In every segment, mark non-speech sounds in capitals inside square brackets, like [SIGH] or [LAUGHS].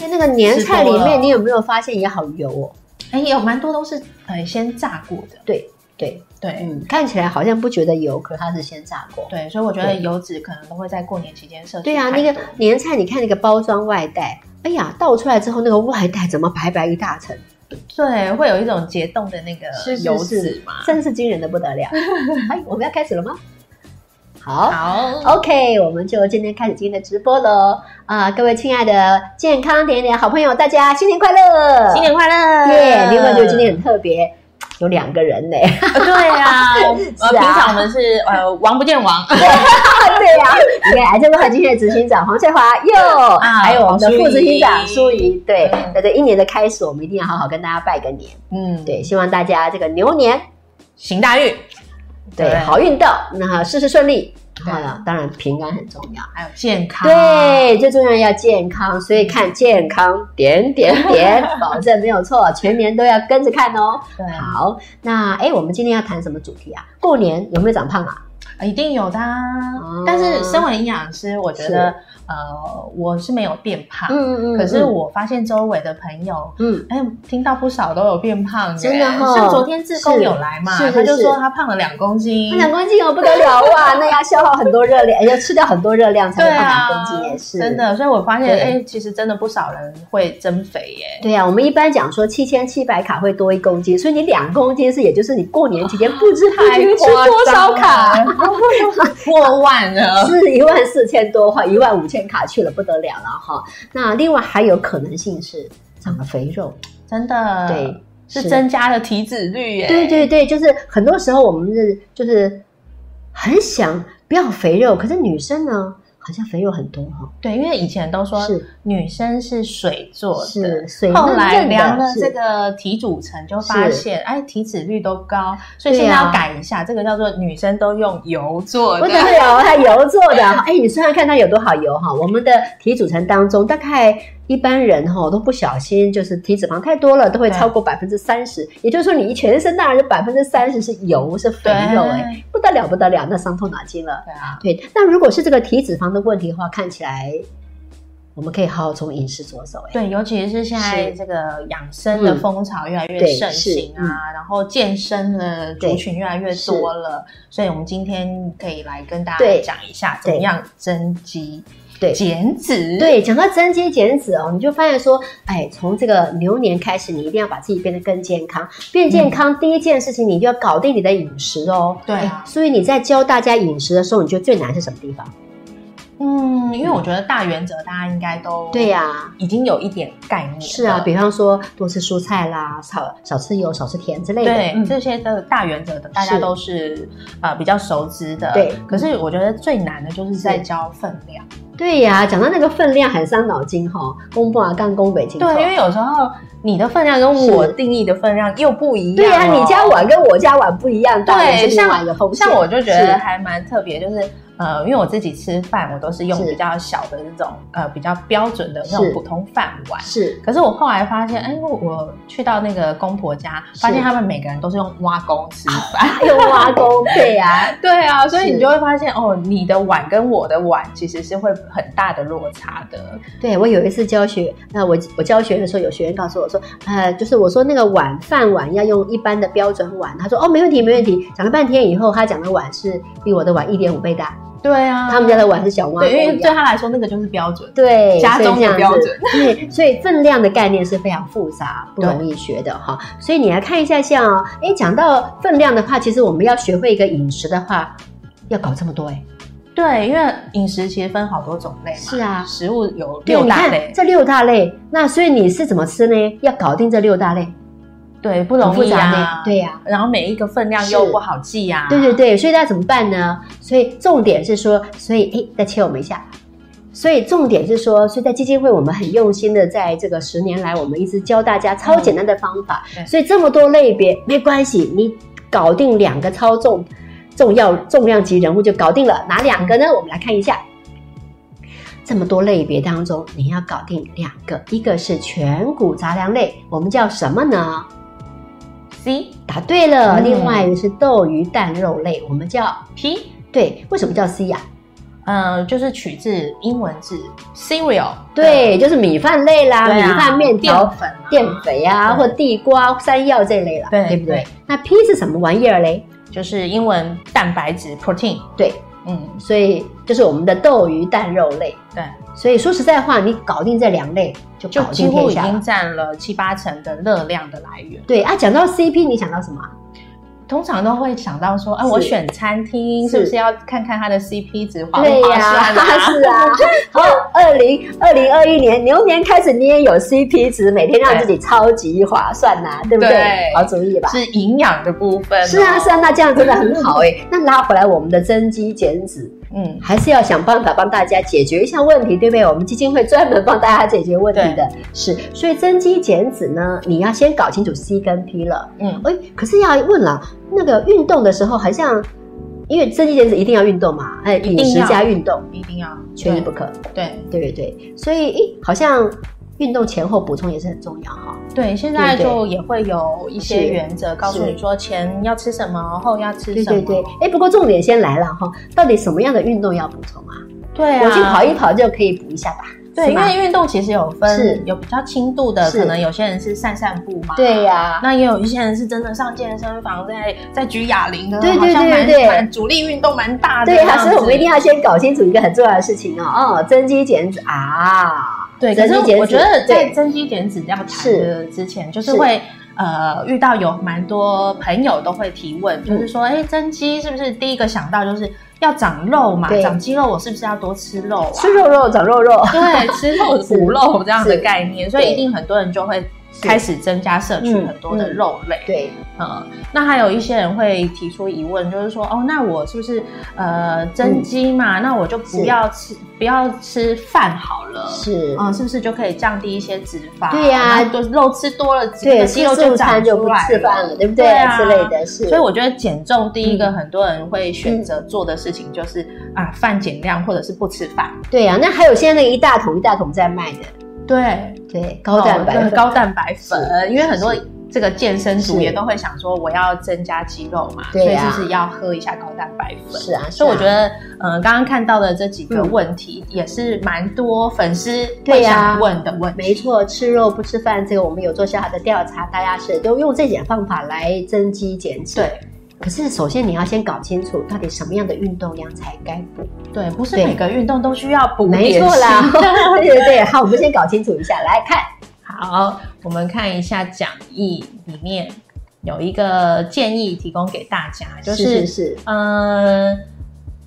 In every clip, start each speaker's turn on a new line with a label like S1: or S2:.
S1: 那那个年菜里
S2: 吃多了
S1: 面，你有没有发现也好油哦？
S2: 哎，有蛮多都是呃先炸过的，
S1: 对对，
S2: 对
S1: 嗯，看起来好像不觉得油，可是它是先炸过。
S2: 对，所以我觉得
S1: 对
S2: 油脂可能都会在过年期间摄取
S1: 对啊，
S2: 太
S1: 那个
S2: 多
S1: 年菜，你看那个包装外带，哎呀，倒出来之后那个外带怎么白白一大层，
S2: 对会有一种解冻的那个
S1: 是是
S2: 油
S1: 是 [LAUGHS]
S2: 脂嘛。
S1: 真是惊人的不得 [LAUGHS] 了。哎，我们要开始了吗？好。
S2: 好，
S1: OK，我们就今天开始今天的直播喽！啊、各位亲爱的健康点点好朋友，大家新年快乐！
S2: 新年快乐！
S1: 耶！你有没有觉得今天很特别？有两个人呢、
S2: 呃对呀，
S1: [LAUGHS]
S2: 我们
S1: 是啊
S2: 呃平常我们是呃王不
S1: [LAUGHS]
S2: 见王，
S1: 对呀、你看，癌症很今天的执行长黄翠华哟，
S2: 啊
S1: 还有我们的副执行长
S2: 舒
S1: 舒
S2: 怡
S1: 怡，对
S2: 嗯，
S1: 在这一年的开始，我们一定要好好跟大家拜个年。
S2: 嗯，
S1: 对，希望大家这个牛年
S2: 邢大运，
S1: 对
S2: 对
S1: 好运到，那事事顺利。然后
S2: 对
S1: 呢，当然平安很重要。
S2: 还有健康，
S1: 对，最重要要健康，所以看健康点点点，保证没有错，全年都要跟着看哦。
S2: 对，
S1: 好，那哎，我们今天要谈什么主题啊？过年有没有长胖啊？
S2: 呃一定有的啊
S1: 哦。
S2: 但是身为营养师，我觉得呃我是没有变胖，
S1: 嗯
S2: 可是我发现周围的朋友。
S1: 嗯，
S2: 哎，听到不少都有变胖耶，
S1: 真的哦
S2: 像昨天志工有来嘛，
S1: 是是
S2: 他就是说他胖了两公斤
S1: 那，两公斤哦，不得了
S2: [LAUGHS]
S1: 哇！那要消耗很多热量，哎要吃掉很多热量才
S2: 对
S1: 能胖两
S2: 啊
S1: 公斤，也，是
S2: 真。的。所以我发现，
S1: 对
S2: 哎，其实真的不少人会增肥耶，
S1: 对呀、啊我们一般讲说七千七百卡会多一公斤，所以你两公斤是，也就是你过年期间不知不觉吃多少卡，
S2: 过万
S1: [LAUGHS]
S2: 了，
S1: 是一万四千多或一万五千卡去了，不得了了哈。那另外还有可能性是长了肥肉，
S2: 真的，
S1: 对，
S2: 嗯是增加了体脂率耶，
S1: 对对对，就是很多时候我们是就是很想不要肥肉，可是女生呢好像肥肉很多哈，
S2: 对，因为以前都说
S1: 是
S2: 女生是水做的。
S1: 是，水
S2: 后
S1: 嫩
S2: 来
S1: 嫩的
S2: 量了
S1: 是
S2: 这个体组成，就发
S1: 是
S2: 现哎，体脂率都高，所以
S1: 对
S2: 现在
S1: 啊
S2: 要改一下，这个叫做女生都用油做
S1: 不
S2: 的
S1: 得。了，它油做的。哎，你虽然看它有多少油哈，我们的体组成当中，大概一般人哈都不小心，就是体脂肪太多了，都会超过百分之三十。也就是说，你一全身大概有百分之三十是油是肥
S2: 对，
S1: 肉，哎，不得了不得了，那伤透脑筋了。
S2: 对啊，
S1: 对，那如果是这个体脂肪的问题的话，看起来我们可以好好从饮食着手，哎，
S2: 对，尤其是现在
S1: 是
S2: 这个养生的
S1: 嗯
S2: 风潮越来越
S1: 对
S2: 盛
S1: 是嗯
S2: 行啊，然后健身的
S1: 对
S2: 族群越来越
S1: 是
S2: 多了，所以我们今天可以来跟大家
S1: 对
S2: 讲一下怎么
S1: 对
S2: 样增肌、
S1: 对。
S2: 减脂。
S1: 对，讲到增肌减脂哦，你就发现说，哎，从这个牛年开始，你一定要把自己变得更健康。变健康、第一件事情，你就要搞定你的饮食哦。
S2: 嗯对啊
S1: 哎所以你在教大家饮食的时候，你觉得最难是什么地方？
S2: 嗯，因为我觉得大原则大家应该都
S1: 对呀、
S2: 已经有一点概念了。
S1: 是啊，比方说多吃蔬菜啦，少少吃油，少吃甜之类的。
S2: 对、
S1: 嗯
S2: 这些的大原则的，大家
S1: 是
S2: 都是呃比较熟知的。
S1: 对
S2: 可是我觉得最难的就是在
S1: 是
S2: 教分量。
S1: 对呀、讲到那个分量，很伤脑筋哈、哦，公布啊，杠公北京。
S2: 对，因为有时候你的分量跟
S1: 是
S2: 我定义的分量又不一样、哦
S1: 对呀、你家。碗跟我家碗不一样大，
S2: 对
S1: 也是另外一个风险。
S2: 像我就觉
S1: 是
S2: 得还蛮特别，就是呃，因为我自己吃饭，我都是用
S1: 是
S2: 比较小的这种呃比较标准的那种
S1: 是
S2: 普通饭碗。
S1: 是
S2: 可是我后来发现，哎，我我去到那个公婆家，发现
S1: 是
S2: 他们每个人都是用挖工吃饭。
S1: 还有挖
S2: [LAUGHS]
S1: 工，对呀、
S2: 对啊，所以
S1: 是
S2: 你就会发现，哦，你的碗跟我的碗其实是会很大的落差的。
S1: 对我有一次教学，那、我我教学的时候，有学员告诉我说，呃，就是我说那个碗饭碗要用一般的标准碗，他说哦，没问题没问题。讲了半天以后，他讲的碗是比我的碗一点五倍大，
S2: 对啊
S1: 他们家的碗是小碗
S2: 对，因为
S1: 一
S2: 对
S1: 样。
S2: 他来说，那个就是标准。
S1: 对，
S2: 家
S1: 所以
S2: 中的
S1: 这样子
S2: 标准。
S1: 对，所以分量的概念是非常复杂、不
S2: 对
S1: 容易学的哈。所以你来看一下，像哦哎，讲到分量的话，其实我们要学会一个饮食的话，要搞这么多哎。
S2: 对，因为饮食其实分好多种类嘛。
S1: 是啊
S2: 食物有
S1: 对
S2: 六
S1: 你
S2: 大
S1: 看
S2: 类。
S1: 这六大类，那所以你是怎么吃呢？要搞定这六大类，
S2: 对，不
S1: 很
S2: 容
S1: 复
S2: 易
S1: 杂
S2: 啊
S1: 呢。。对呀、
S2: 然后每一个分量又不好记啊呀、
S1: 对对对，所以大家怎么办呢？所以重点是说，所以诶，再切我们一下。所以重点是说，所以在基金会，我们很用心的，在这个十年来，我们一直教大家超简单的方法。
S2: 嗯对
S1: 所以这么多类别没关系，你搞定两个超重、重要重量级人物就搞定了。哪两个呢？
S2: 嗯
S1: 我们来看一下。这么多类别当中，你要搞定两个，一个是全谷杂粮类，我们叫什么呢？
S2: c
S1: 答对了，
S2: 嗯
S1: 另外一个是豆鱼蛋肉类，我们叫
S2: P
S1: 对，为什么叫 C 呀、
S2: 嗯，就是取自英文字 cereal，
S1: 对，就是米饭类啦，
S2: 对
S1: 米
S2: 啊
S1: 饭、面条、
S2: 淀粉啊
S1: 淀肥啊，
S2: 对
S1: 或地瓜、山药这类啦，
S2: 对
S1: 对不对
S2: 对？
S1: 那 P 是什么玩意儿嘞？
S2: 就是英文蛋白质 protein，
S1: 对，
S2: 嗯，
S1: 所以就是我们的豆鱼蛋肉类。
S2: 对，
S1: 所以说实在话，你搞定这两类就
S2: 就
S1: 搞
S2: 几
S1: 定
S2: 乎
S1: 天
S2: 已
S1: 下
S2: 经
S1: 了。
S2: 占了七八成的热量的来源。
S1: 对啊，讲到 CP，你想到什么啊？
S2: 通常都会想到说，啊，
S1: 是
S2: 我选餐厅是不
S1: 是
S2: 是要看看它的 CP 值划不
S1: 对
S2: 划
S1: 呀、
S2: 算啊？
S1: [LAUGHS] 是啊。好，二零二零二一年牛年开始，你也有 CP 值，每天让自己超级划算呐、对不对？
S2: 对
S1: 好主意吧。
S2: 是营养的部分哦、
S1: 是啊，是啊，那这样真的很好哎、那拉回来我们的增肌减脂，
S2: 嗯，
S1: 还是要想办法帮大家解决一下问题，对不对？我们基金会专门帮大家解决问题的，是。所以增肌减脂呢，你要先搞清楚 C 跟 P 了。
S2: 嗯，
S1: 哎，可是要问了，那个运动的时候，好像因为增肌减脂一定要运动嘛，哎，
S2: 一定
S1: 饮
S2: 要
S1: 食加运动，
S2: 一定要
S1: 缺一不可。
S2: 对
S1: 对对对，所以诶，好像运动前后补充也是很重要哈。
S2: 对对，现在
S1: 对对
S2: 就也会有一些
S1: 是
S2: 原则告诉
S1: 是
S2: 你说前要吃什么，后要吃
S1: 对
S2: 什么。
S1: 对对，哎，不过重点先来了哈，到底什么样的运动要补充啊？
S2: 对啊，
S1: 我去跑一跑就可以补一下吧。
S2: 对，
S1: 是
S2: 因
S1: 吗
S2: 为运动其实有
S1: 是
S2: 分，有比较轻度的，
S1: 是
S2: 可能有些人是散散步嘛。
S1: 对呀
S2: 那也有一些人是真的上健身房在在举哑铃的，
S1: 对对
S2: 好像蛮
S1: 对对
S2: 蛮主力运动蛮大的这
S1: 对
S2: 样
S1: 呀、
S2: 子。
S1: 所以我们一定要先搞清楚一个很重要的事情哦，哦，增肌减脂啊，
S2: 对。
S1: 增
S2: 可
S1: 肌
S2: 是我
S1: 减脂
S2: 觉得在
S1: 对
S2: 增肌减脂要谈的
S1: 是
S2: 之前，就是是会呃遇到有蛮多朋友都会提
S1: 嗯
S2: 问，就是说，哎，增肌是不是第一个想到就是要长肉嘛？
S1: 对
S2: 长肌肉，我是不是要多吃肉啊？
S1: 吃肉肉长肉肉，
S2: [LAUGHS] 对，吃肉
S1: 是
S2: 补肉这样的
S1: 是
S2: 概念，所以一定很多人就会开始增加摄取
S1: 嗯
S2: 很多的
S1: 嗯
S2: 肉类。
S1: 对，
S2: 呃，那还有一些人会提出疑问，就是说，哦，那我是不是呃增肌嘛？那我就不
S1: 嗯是
S2: 要吃不要吃饭好了。
S1: 是，
S2: 嗯，是不是就可以降低一些脂肪？啊
S1: 对呀
S2: 然后就是肉吃多了，那
S1: 对，
S2: 个
S1: 吃
S2: 肌肉
S1: 素
S2: 就
S1: 餐
S2: 长
S1: 就
S2: 出
S1: 不
S2: 来
S1: 吃饭了，对不对？
S2: 对啊
S1: 之类的，是，
S2: 所以我觉得减重第一个
S1: 嗯
S2: 很多人会选择做的事情就是、啊，饭减量或者是不吃饭。
S1: 对呀、那还有现在那个一大桶一大桶在卖的，
S2: 对，
S1: 对，高蛋白
S2: 哦
S1: 粉
S2: 对高蛋白粉，
S1: 是
S2: 因为很多
S1: 是
S2: 这个健身族
S1: 是
S2: 也都会想说我要增加肌肉嘛，所
S1: 对
S2: 以
S1: 啊
S2: 就是要喝一下高蛋白粉。
S1: 是啊，
S2: 所以我觉
S1: 是啊
S2: 得，嗯、刚刚看到的这几个
S1: 嗯
S2: 问题也是蛮多粉丝
S1: 对
S2: 会
S1: 呀
S2: 想问的问题。
S1: 没错，吃肉不吃饭，这个我们有做小小的调查，大家是都用这点方法来增肌减脂。
S2: 对，
S1: 可是首先你要先搞清楚到底什么样的运动量才该补。
S2: 对，不是
S1: 对
S2: 每个运动都需要补
S1: 没
S2: 点
S1: 错啦
S2: [LAUGHS] 心，
S1: 对对对，好，我们先搞清楚一下，来看
S2: 好，我们看一下讲义里面有一个建议提供给大家，就是
S1: 是是
S2: 呃，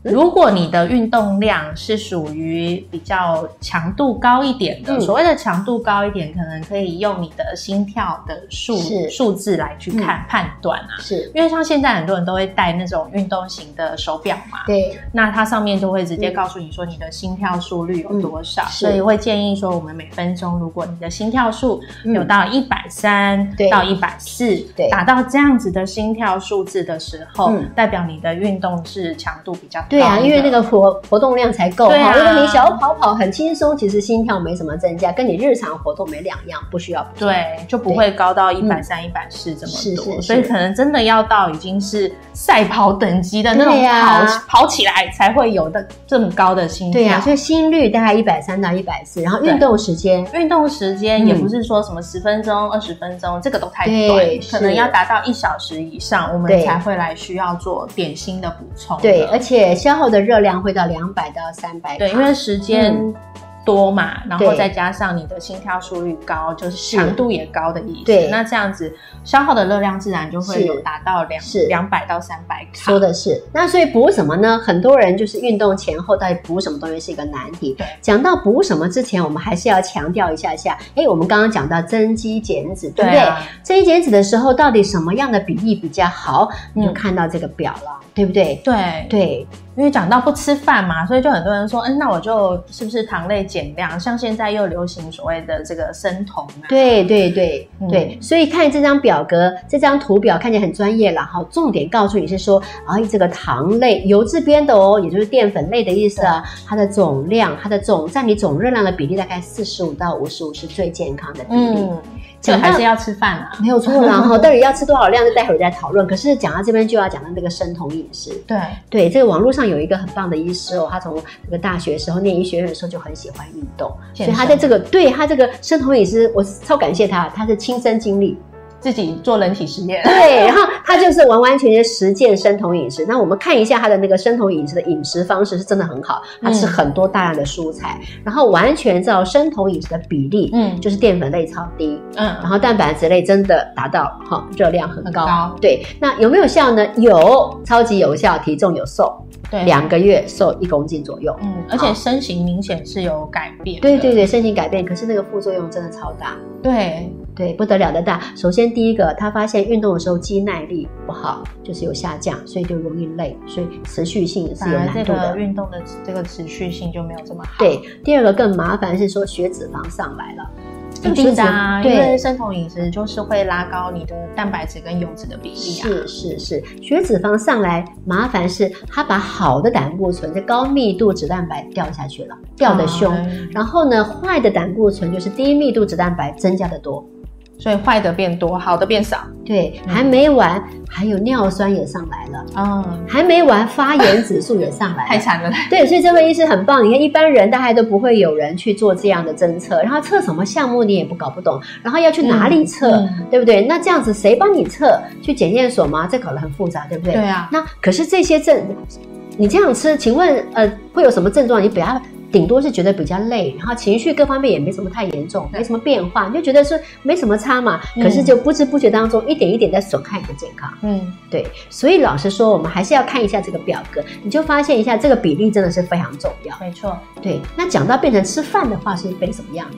S2: 如果你的运动量是属于比较强度高一点的，
S1: 嗯
S2: 所谓的强度高一点，可能可以用你的心跳的数
S1: 是嗯
S2: 数字来去看、判断啊。
S1: 是，
S2: 因为像现在很多人都会戴那种运动型的手表嘛，
S1: 对，
S2: 那它上面就会直接
S1: 嗯
S2: 告诉你说你的心跳速率有多少，
S1: 是
S2: 所以会建议说我们每分钟如果你的心跳数
S1: 嗯
S2: 有到一百三
S1: 对
S2: 到一百四
S1: 对，
S2: 达到这样子的心跳数字的时候，
S1: 嗯
S2: 代表你的运动是强度比较高的。
S1: 对啊，因为那个活活动量才够
S2: 对
S1: 哈。
S2: 啊
S1: 如果你小跑跑很轻松，其实心跳没什么增加，跟你日常活动没两样，不需要补充。
S2: 对就不会高到一百三、一百四
S1: 嗯
S2: 这
S1: 是
S2: 么多，
S1: 是是
S2: 所以可能真的要到已经是赛跑等级的那种
S1: 对
S2: 跑、
S1: 啊
S2: 跑起来才会有的这么高的心跳。
S1: 对呀、啊所以心率大概一百三到一百四，然后运动时间
S2: 运动时间
S1: 嗯
S2: 也不是说什么十分钟、二十、分钟，这个都太
S1: 对
S2: 短，
S1: 是
S2: 可能要达到一小时以上，我
S1: 对
S2: 们才会来需要做点心的补充的。
S1: 对，而且消耗的热量会到两百到三百。
S2: 对，因为时间多嘛，然
S1: 嗯
S2: 后
S1: 对
S2: 再加上你的心跳速率高，就是
S1: 是
S2: 强度也高的意思。
S1: 对
S2: 那这样子消耗的热量自然就会
S1: 是
S2: 有达到两
S1: 是
S2: 两百到三百卡
S1: 说。的是，那所以补什么呢？很多人就是运动前后到底补什么东西是一个难题
S2: 对。
S1: 讲到补什么之前，我们还是要强调一下下，哎，我们刚刚讲到增肌减脂，对不对？
S2: 啊，
S1: 增肌减脂的时候，到底什么样的比例比较好？你就
S2: 嗯
S1: 看到这个表了，对不对？
S2: 对
S1: 对，
S2: 因为讲到不吃饭嘛，所以就很多人说，嗯，那我就是不是糖类减量？像现在又流行所谓的这个生酮啊，
S1: 对，对，对，
S2: 嗯
S1: 对。所以看这张表格，这张图表看起来很专业了哈。重点告诉你是说，哎，这个糖类油脂边的哦，也就是淀粉类的意思啊，它的总量，它的总占你总热量的比例大概四十五到五十五是最健康的比例。
S2: 嗯，就
S1: 讲到
S2: 还是要吃饭啊。
S1: 没有错啦
S2: [LAUGHS]
S1: 哈，到底要吃多少量，就待会儿再讨论。可是讲到这边就要讲到那个生酮饮食，
S2: 对，
S1: 对，这个网络上有一个很棒的医师哦，他从这个大学时候念医学院的时候就很喜欢运动，所
S2: 健
S1: 以他
S2: 身
S1: 在这个对他这个生酮饮食，我超感谢他，他是亲身经历。
S2: 自己做人体实
S1: [LAUGHS]
S2: 验。
S1: 对，然后他就是完完全全实践生酮饮食。那我们看一下他的那个生酮饮食的饮食方式是真的很好，他吃
S2: 嗯
S1: 很多大量的蔬菜，然后完全照生酮饮食的比例，
S2: 嗯
S1: 就是淀粉类超低，
S2: [LAUGHS]
S1: 然
S2: 嗯，
S1: 后蛋白质类真的达到哈、热量很
S2: 很
S1: 高。
S2: 高
S1: 对，那有没有效呢？有，超级有效，体重有瘦，
S2: 对，
S1: 两个月瘦一公斤左右。
S2: 嗯，而且身形明显是有改变的。
S1: 对对对，身形改变，可是那个副作用真的超大，
S2: 对，
S1: 对，不得了的大。首先第一个，他发现运动的时候肌耐力不好，就是有下降，所以就容易累，所以持续性是
S2: 反
S1: 有
S2: 而
S1: 难
S2: 这
S1: 度的。
S2: 个运动的这个持续性就没有这么好。
S1: 对，第二个更麻烦是说血脂肪上来了，
S2: 一定的啊，
S1: 血
S2: 因
S1: 脂
S2: 为
S1: 对。
S2: 生酮饮食就是会拉高你的蛋白质跟油脂的比例啊。
S1: 是是是，血脂肪上来，麻烦是它把好的胆固醇，这高密度脂蛋白掉下去了，掉的凶。
S2: 嗯
S1: 然后呢，坏的胆固醇就是低密度脂蛋白增加的多。
S2: 所以坏的变多，好的变少。
S1: 对，
S2: 嗯
S1: 还没完，还有尿酸也上来了，
S2: 嗯，
S1: 还没完，发炎指数也上来
S2: 太
S1: 了。
S2: 惨了。
S1: 对，所以这位医师很棒。你看，一般人大概都不会有人去做这样的侦测，然后测什么项目你也不搞不懂，然后要去哪里测，
S2: 嗯
S1: 对不对？那这样子谁帮你测？去检验所吗？这搞得很复杂，对不对？
S2: 对啊，
S1: 那可是这些症，你这样吃，请问呃会有什么症状？你比较顶多是觉得比较累，然后情绪各方面也没什么太严重，
S2: 对
S1: 没什么变化，你就觉得是没什么差嘛。
S2: 嗯
S1: 可是就不知不觉当中，一点一点在损害你的健康。
S2: 嗯，
S1: 对，所以老实说，我们还是要看一下这个表格，你就发现一下这个比例真的是非常重要。
S2: 没错。
S1: 对，那讲到变成吃饭的话，是变什么样的？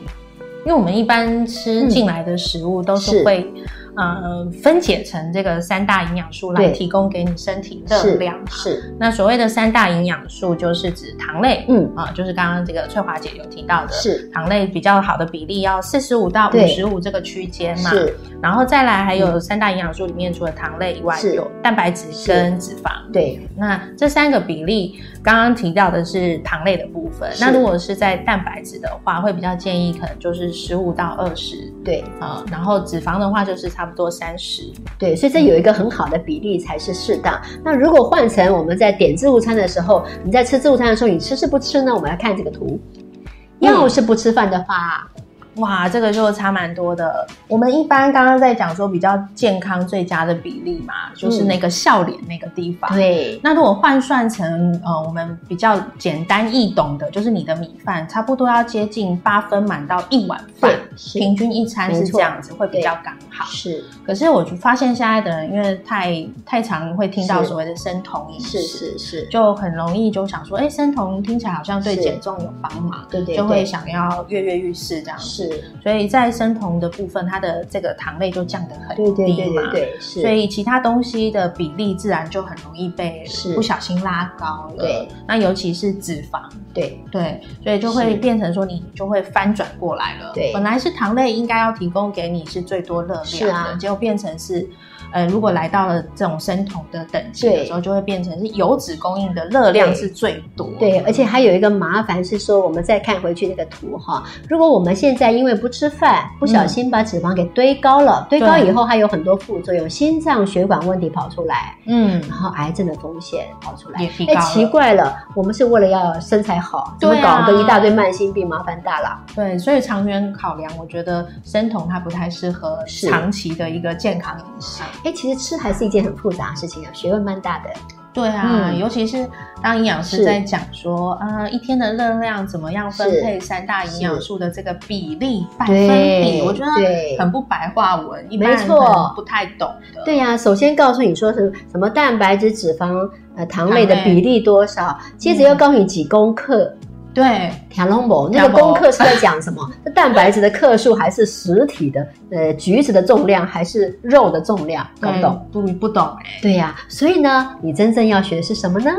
S2: 因为我们一般吃进来的食物都是
S1: 嗯是
S2: 会，呃，分解成这个三大营养素来
S1: 对
S2: 提供给你身体热量。
S1: 是是，
S2: 那所谓的三大营养素就是指糖类，
S1: 嗯，
S2: 啊、就是刚刚这个翠华姐有提到的，
S1: 是
S2: 糖类比较好的比例要四十五到五
S1: 对
S2: 十五这个区间嘛。
S1: 是，嗯
S2: 然后再来还有三大营养素里面，除了糖类以外，
S1: 是
S2: 有蛋白质
S1: 是
S2: 跟脂肪。
S1: 对，
S2: 那这三个比例，刚刚提到的是糖类的部分。
S1: 是
S2: 那如果是在蛋白质的话，会比较建议可能就是十五到二十，
S1: 对，
S2: 呃，然后脂肪的话就是差不多三十。
S1: 对，所以这有一个很好的比例才是适当。那如果换成我们在点自助餐的时候，你在吃自助餐的时候，你吃是不吃呢？我们来看这个图。
S2: 嗯
S1: 要是不吃饭的话，
S2: 哇，这个就差蛮多的。我们一般刚刚在讲说比较健康最佳的比例嘛，就是那个笑脸那个地方。
S1: 嗯对，
S2: 那如果换算成呃，我们比较简单易懂的，就是你的米饭差不多要接近八分满到一碗饭
S1: 对，，是
S2: 平均一餐是
S1: 没错
S2: 这样子，会比较刚好。
S1: 是
S2: 可是我就发现现在的人，因为太太常会听到
S1: 是
S2: 所谓的生酮饮食，
S1: 是是是，
S2: 就很容易就想说，哎，生酮听起来好像对
S1: 是
S2: 减重有帮忙，
S1: 对对
S2: 就会
S1: 对，
S2: 想要跃跃欲试这样子。
S1: 是，
S2: 所以在生酮的部分，它的这个糖类就降得很低
S1: 对
S2: 嘛，
S1: 对对对对，是，
S2: 所以其他东西的比例自然就很容易被
S1: 是
S2: 不小心拉高了。
S1: 对，
S2: 那尤其是脂肪，
S1: 对
S2: 对，所以就会
S1: 是
S2: 变成说你就会翻转过来了。
S1: 对
S2: 本来是糖类应该要提供给你是最多热量的，
S1: 是啊
S2: 结果变成是。呃，如果来到了这种生酮的等级的
S1: 对
S2: 时候，就会变成是油脂供应的热量
S1: 对
S2: 是最多。
S1: 对，而且还有一个麻烦是说，我们再看回去那个图哈，如果我们现在因为不吃饭，不小心把脂肪给堆高
S2: 嗯
S1: 了，堆高以后它有很多副作用，心脏血管问题跑出来，
S2: 嗯，
S1: 然后癌症的风险跑出来
S2: 也提。高
S1: 哎，
S2: 了
S1: 奇怪了，我们是为了要身材好，怎么
S2: 对啊
S1: 搞得一大堆慢性病，麻烦大了。
S2: 对，所以长远考量，我觉得生酮它不太适合
S1: 是
S2: 长期的一个健康影响。
S1: 哎，其实吃还是一件很复杂的事情啊，学问蛮大的。
S2: 对啊，
S1: 嗯
S2: 尤其是当营养师
S1: 是
S2: 在讲说，呃，一天的热量怎么样分
S1: 是
S2: 配三大营养素的这个比例百分
S1: 对
S2: 比，我觉得
S1: 对
S2: 很不白话文，一般
S1: 没
S2: 人
S1: 错
S2: 可能不太懂的。
S1: 对呀、首先告诉你说是什么蛋白质、脂肪、呃糖类的
S2: 糖类
S1: 比例多少，接着又告诉你几公克。
S2: 对
S1: 条龙某那个功课是在讲什么？这蛋白质的克数还是实体的？呃，橘子的重量还是肉的重量？搞不懂？
S2: 对不不懂哎、
S1: 对呀、所以呢，你真正要学的是什么呢？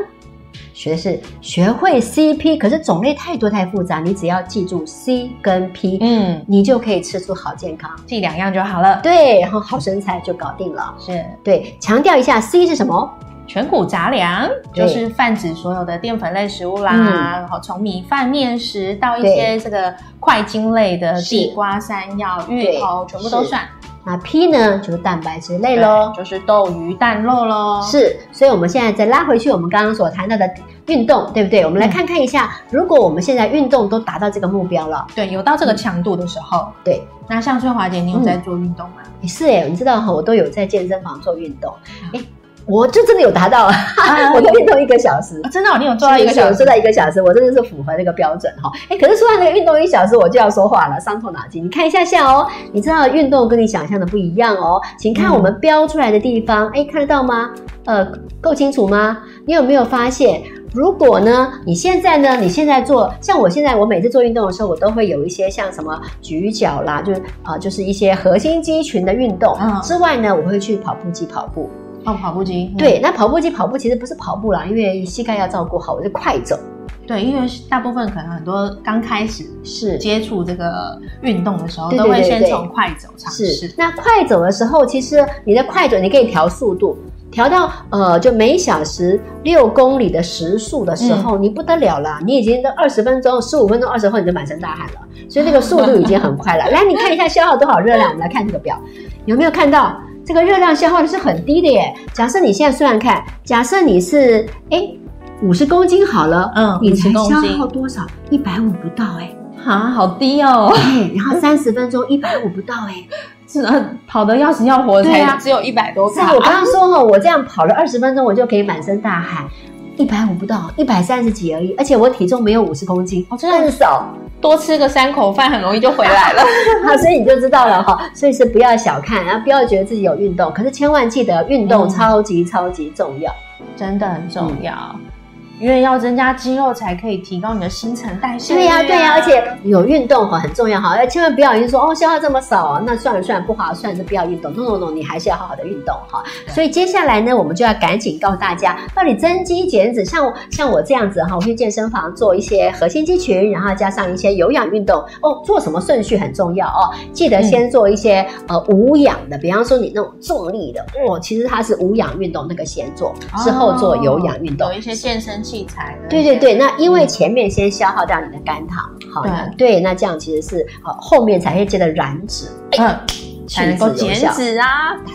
S1: 学的是学会 CP，可是种类太多太复杂，你只要记住 C 跟 P，、
S2: 嗯，
S1: 你就可以吃出好健康，
S2: 这两样就好了。
S1: 对，然后好身材就搞定了。
S2: 是
S1: 对，强调一下 C 是什么？
S2: 全谷杂粮，
S1: 对
S2: 就是泛指所有的淀粉类食物啦，
S1: 嗯
S2: 然后从米饭、面食到一
S1: 对
S2: 些这个块茎类的
S1: 是
S2: 地瓜、山药、芋头，全部都
S1: 是
S2: 算。
S1: 那 P 呢就是蛋白质类喽。
S2: 就是豆鱼蛋肉喽。
S1: 是，所以我们现在再拉回去，我们刚刚所谈到的运动，对不对？我们来看看一下，如果我们现在运动都达到这个目标了，
S2: 对，有到这个强度的时候，
S1: 对，
S2: 那像春华姐，你有在做运 [LAUGHS] 动吗？
S1: 也是哎，你知道哈，我都有在健身房做运动，哎，我就真的有达到，啊 [LAUGHS]
S2: 啊
S1: 我都运动一个小时。
S2: 啊真 [LAUGHS] 的哦、你有做到一个小
S1: 我
S2: 时
S1: 做？到一个小时，我真的是符合那个标准哈。哎，可是说到那个运动一小时，我就要说话了，伤透脑筋。你看一下下哦，你知道运动跟你想象的不一样哦，请看我
S2: 嗯
S1: 们标出来的地方，哎、看得到吗？呃，够清楚吗？你有没有发现？如果呢，你现在呢，你现在做，像我现在，我每次做运动的时候，我都会有一些像什么举脚啦，就是啊、呃就是一些核心肌群的运动、
S2: 嗯
S1: 之外呢，我会去跑步机跑步。
S2: 哦，跑步机。嗯
S1: 对，那跑步机跑步其实不是跑步啦，因为膝盖要照顾好，我是快走。
S2: 对，因为大部分可能很多刚开始
S1: 是
S2: 接触这个运动的时候，
S1: 对对
S2: 都会
S1: 对
S2: 先
S1: 对
S2: 从快走尝
S1: 是
S2: 试。。
S1: 那快走的时候，其实你的快走你可以调速度，调到呃就每小时六公里的时速的时
S2: 嗯
S1: 候，你不得了了，你已经都二十分钟、十五分钟、二十分钟你就满身大汗了，所以那个速度已经很快
S2: [LAUGHS]
S1: 了。来，你看一下消耗多少热量，我们来看这个表，有没有看到？这个热量消耗的是很低的耶。假设你现在算算看，假设你是哎五十公斤好了，
S2: 嗯
S1: 你才
S2: 50公
S1: 消
S2: 斤
S1: 耗多少？一百五不到哎、
S2: 啊，好低哦！ [LAUGHS]
S1: 哎，然后三十分钟一百五不到哎、
S2: 是啊，跑得要死要活，
S1: 对
S2: 才
S1: 啊
S2: 只有一百多
S1: 是啊，
S2: 卡
S1: 我。刚刚说哈，我这样跑了二十分钟，我就可以满身大汗，一百五不到，一百三十几而已，而且我体重没有五十公斤，
S2: 哦真的
S1: 更 [LAUGHS] 少。
S2: 多吃个三口饭，很容易就回来了。
S1: 好，所以你就知道了哈，所以是不要小看，然后不要觉得自己有运动，可是千万记得运动
S2: 嗯
S1: 超级超级重要。
S2: [LAUGHS] 真的很重要，嗯因为要增加肌肉才可以提高你的新陈代谢率、啊
S1: 对呀、对呀、而且有运动哈很重要哈，千万不要一直说哦消耗这么少啊，那算了算了不划算，就不要运动。no no no，你还是要好好的运动哈。所以接下来呢，我们就要赶紧告诉大家，到底增肌减脂，像我像我这样子哈，我去健身房做一些核心肌群，然后加上一些有氧运动哦，做什么顺序很重要哦，记得先做一些、呃无氧的，比方说你那种重力的哦，其实它是无氧运动那个先做，之后做有氧运动
S2: 哦有。一些健身器材啊的，
S1: 对对对，那因为前面先消耗掉你的肝糖，好，
S2: 对
S1: 那对，那这样其实是呃后面才会接的燃脂，
S2: 嗯，
S1: 去
S2: 才能够
S1: 脂有
S2: 减
S1: 效。
S2: 脂啊。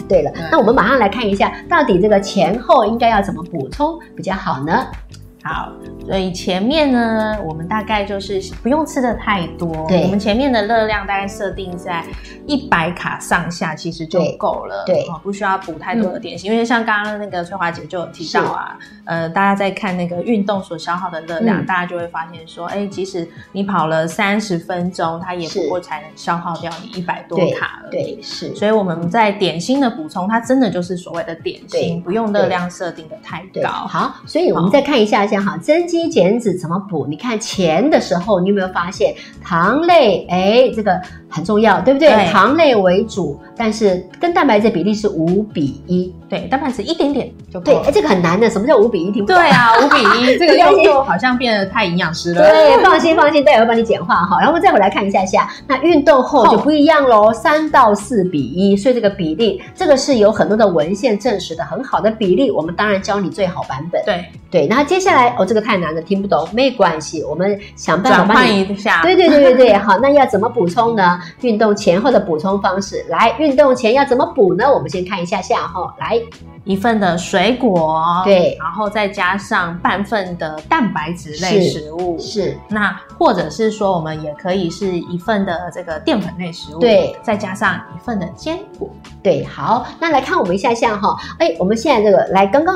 S1: 对了
S2: 对，
S1: 那我们马上来看一下，到底这个前后应该要怎么补充比较好呢？
S2: 嗯好，所以前面呢，我们大概就是不用吃的太多，
S1: 对
S2: 我们前面的热量大概设定在一百卡上下，其实就够了，
S1: 对嗯对
S2: 哦，不需要补太多的点心，因为像刚刚那个翠华姐就有提到啊，呃，大家在看那个运动所消耗的热量，
S1: 嗯
S2: 大家就会发现说，哎，即使你跑了三十分钟，它也
S1: 是
S2: 不过才能消耗掉你一百多
S1: 对
S2: 卡而已。
S1: 对，是，
S2: 所以我们在点心的补充，它真的就是所谓的点心，
S1: 对
S2: 不用热量设定的太
S1: 对，
S2: 高。
S1: 好，所以我们再看一下先哈，增肌减脂怎么补？你看前的时候，你有没有发现糖类？哎，这个很重要，对不对？
S2: 对
S1: 糖类为主，但是跟蛋白质比例是五比一。
S2: 对，蛋白质一点点就够
S1: 对，
S2: 了
S1: 哎，。这个很难的，什么叫五比一？听不懂
S2: 对啊，五
S1: [LAUGHS]
S2: 比一，这个
S1: 对
S2: 又又好像变得太营养师了。
S1: 对，放心放心，待会会帮你简化哈。然后我们再回来看一下下，那运动后就不一样喽，三到四比一，所以这个比例，这个是有很多的文献证实的很好的比例，我们当然教你最好版本。
S2: 对，
S1: 对，那接下来哦，这个太难了，听不懂没关系，我们想办法
S2: 转
S1: 帮
S2: 换
S1: 你。
S2: 一下。
S1: 对对对对对，好，那要怎么补充呢？运动前后的补充方式，来，运动前要怎么补呢？我们先看一下下哈，来，
S2: 一份的水果，
S1: 对
S2: 然后再加上半份的蛋白质类
S1: 是
S2: 食物。
S1: 是
S2: 那或者是说，我们也可以是一份的这个淀粉类食物，
S1: 对，
S2: 再加上一份的坚果，
S1: 对，好，那来看我们一下下哈，哎，我们现在这个来刚刚，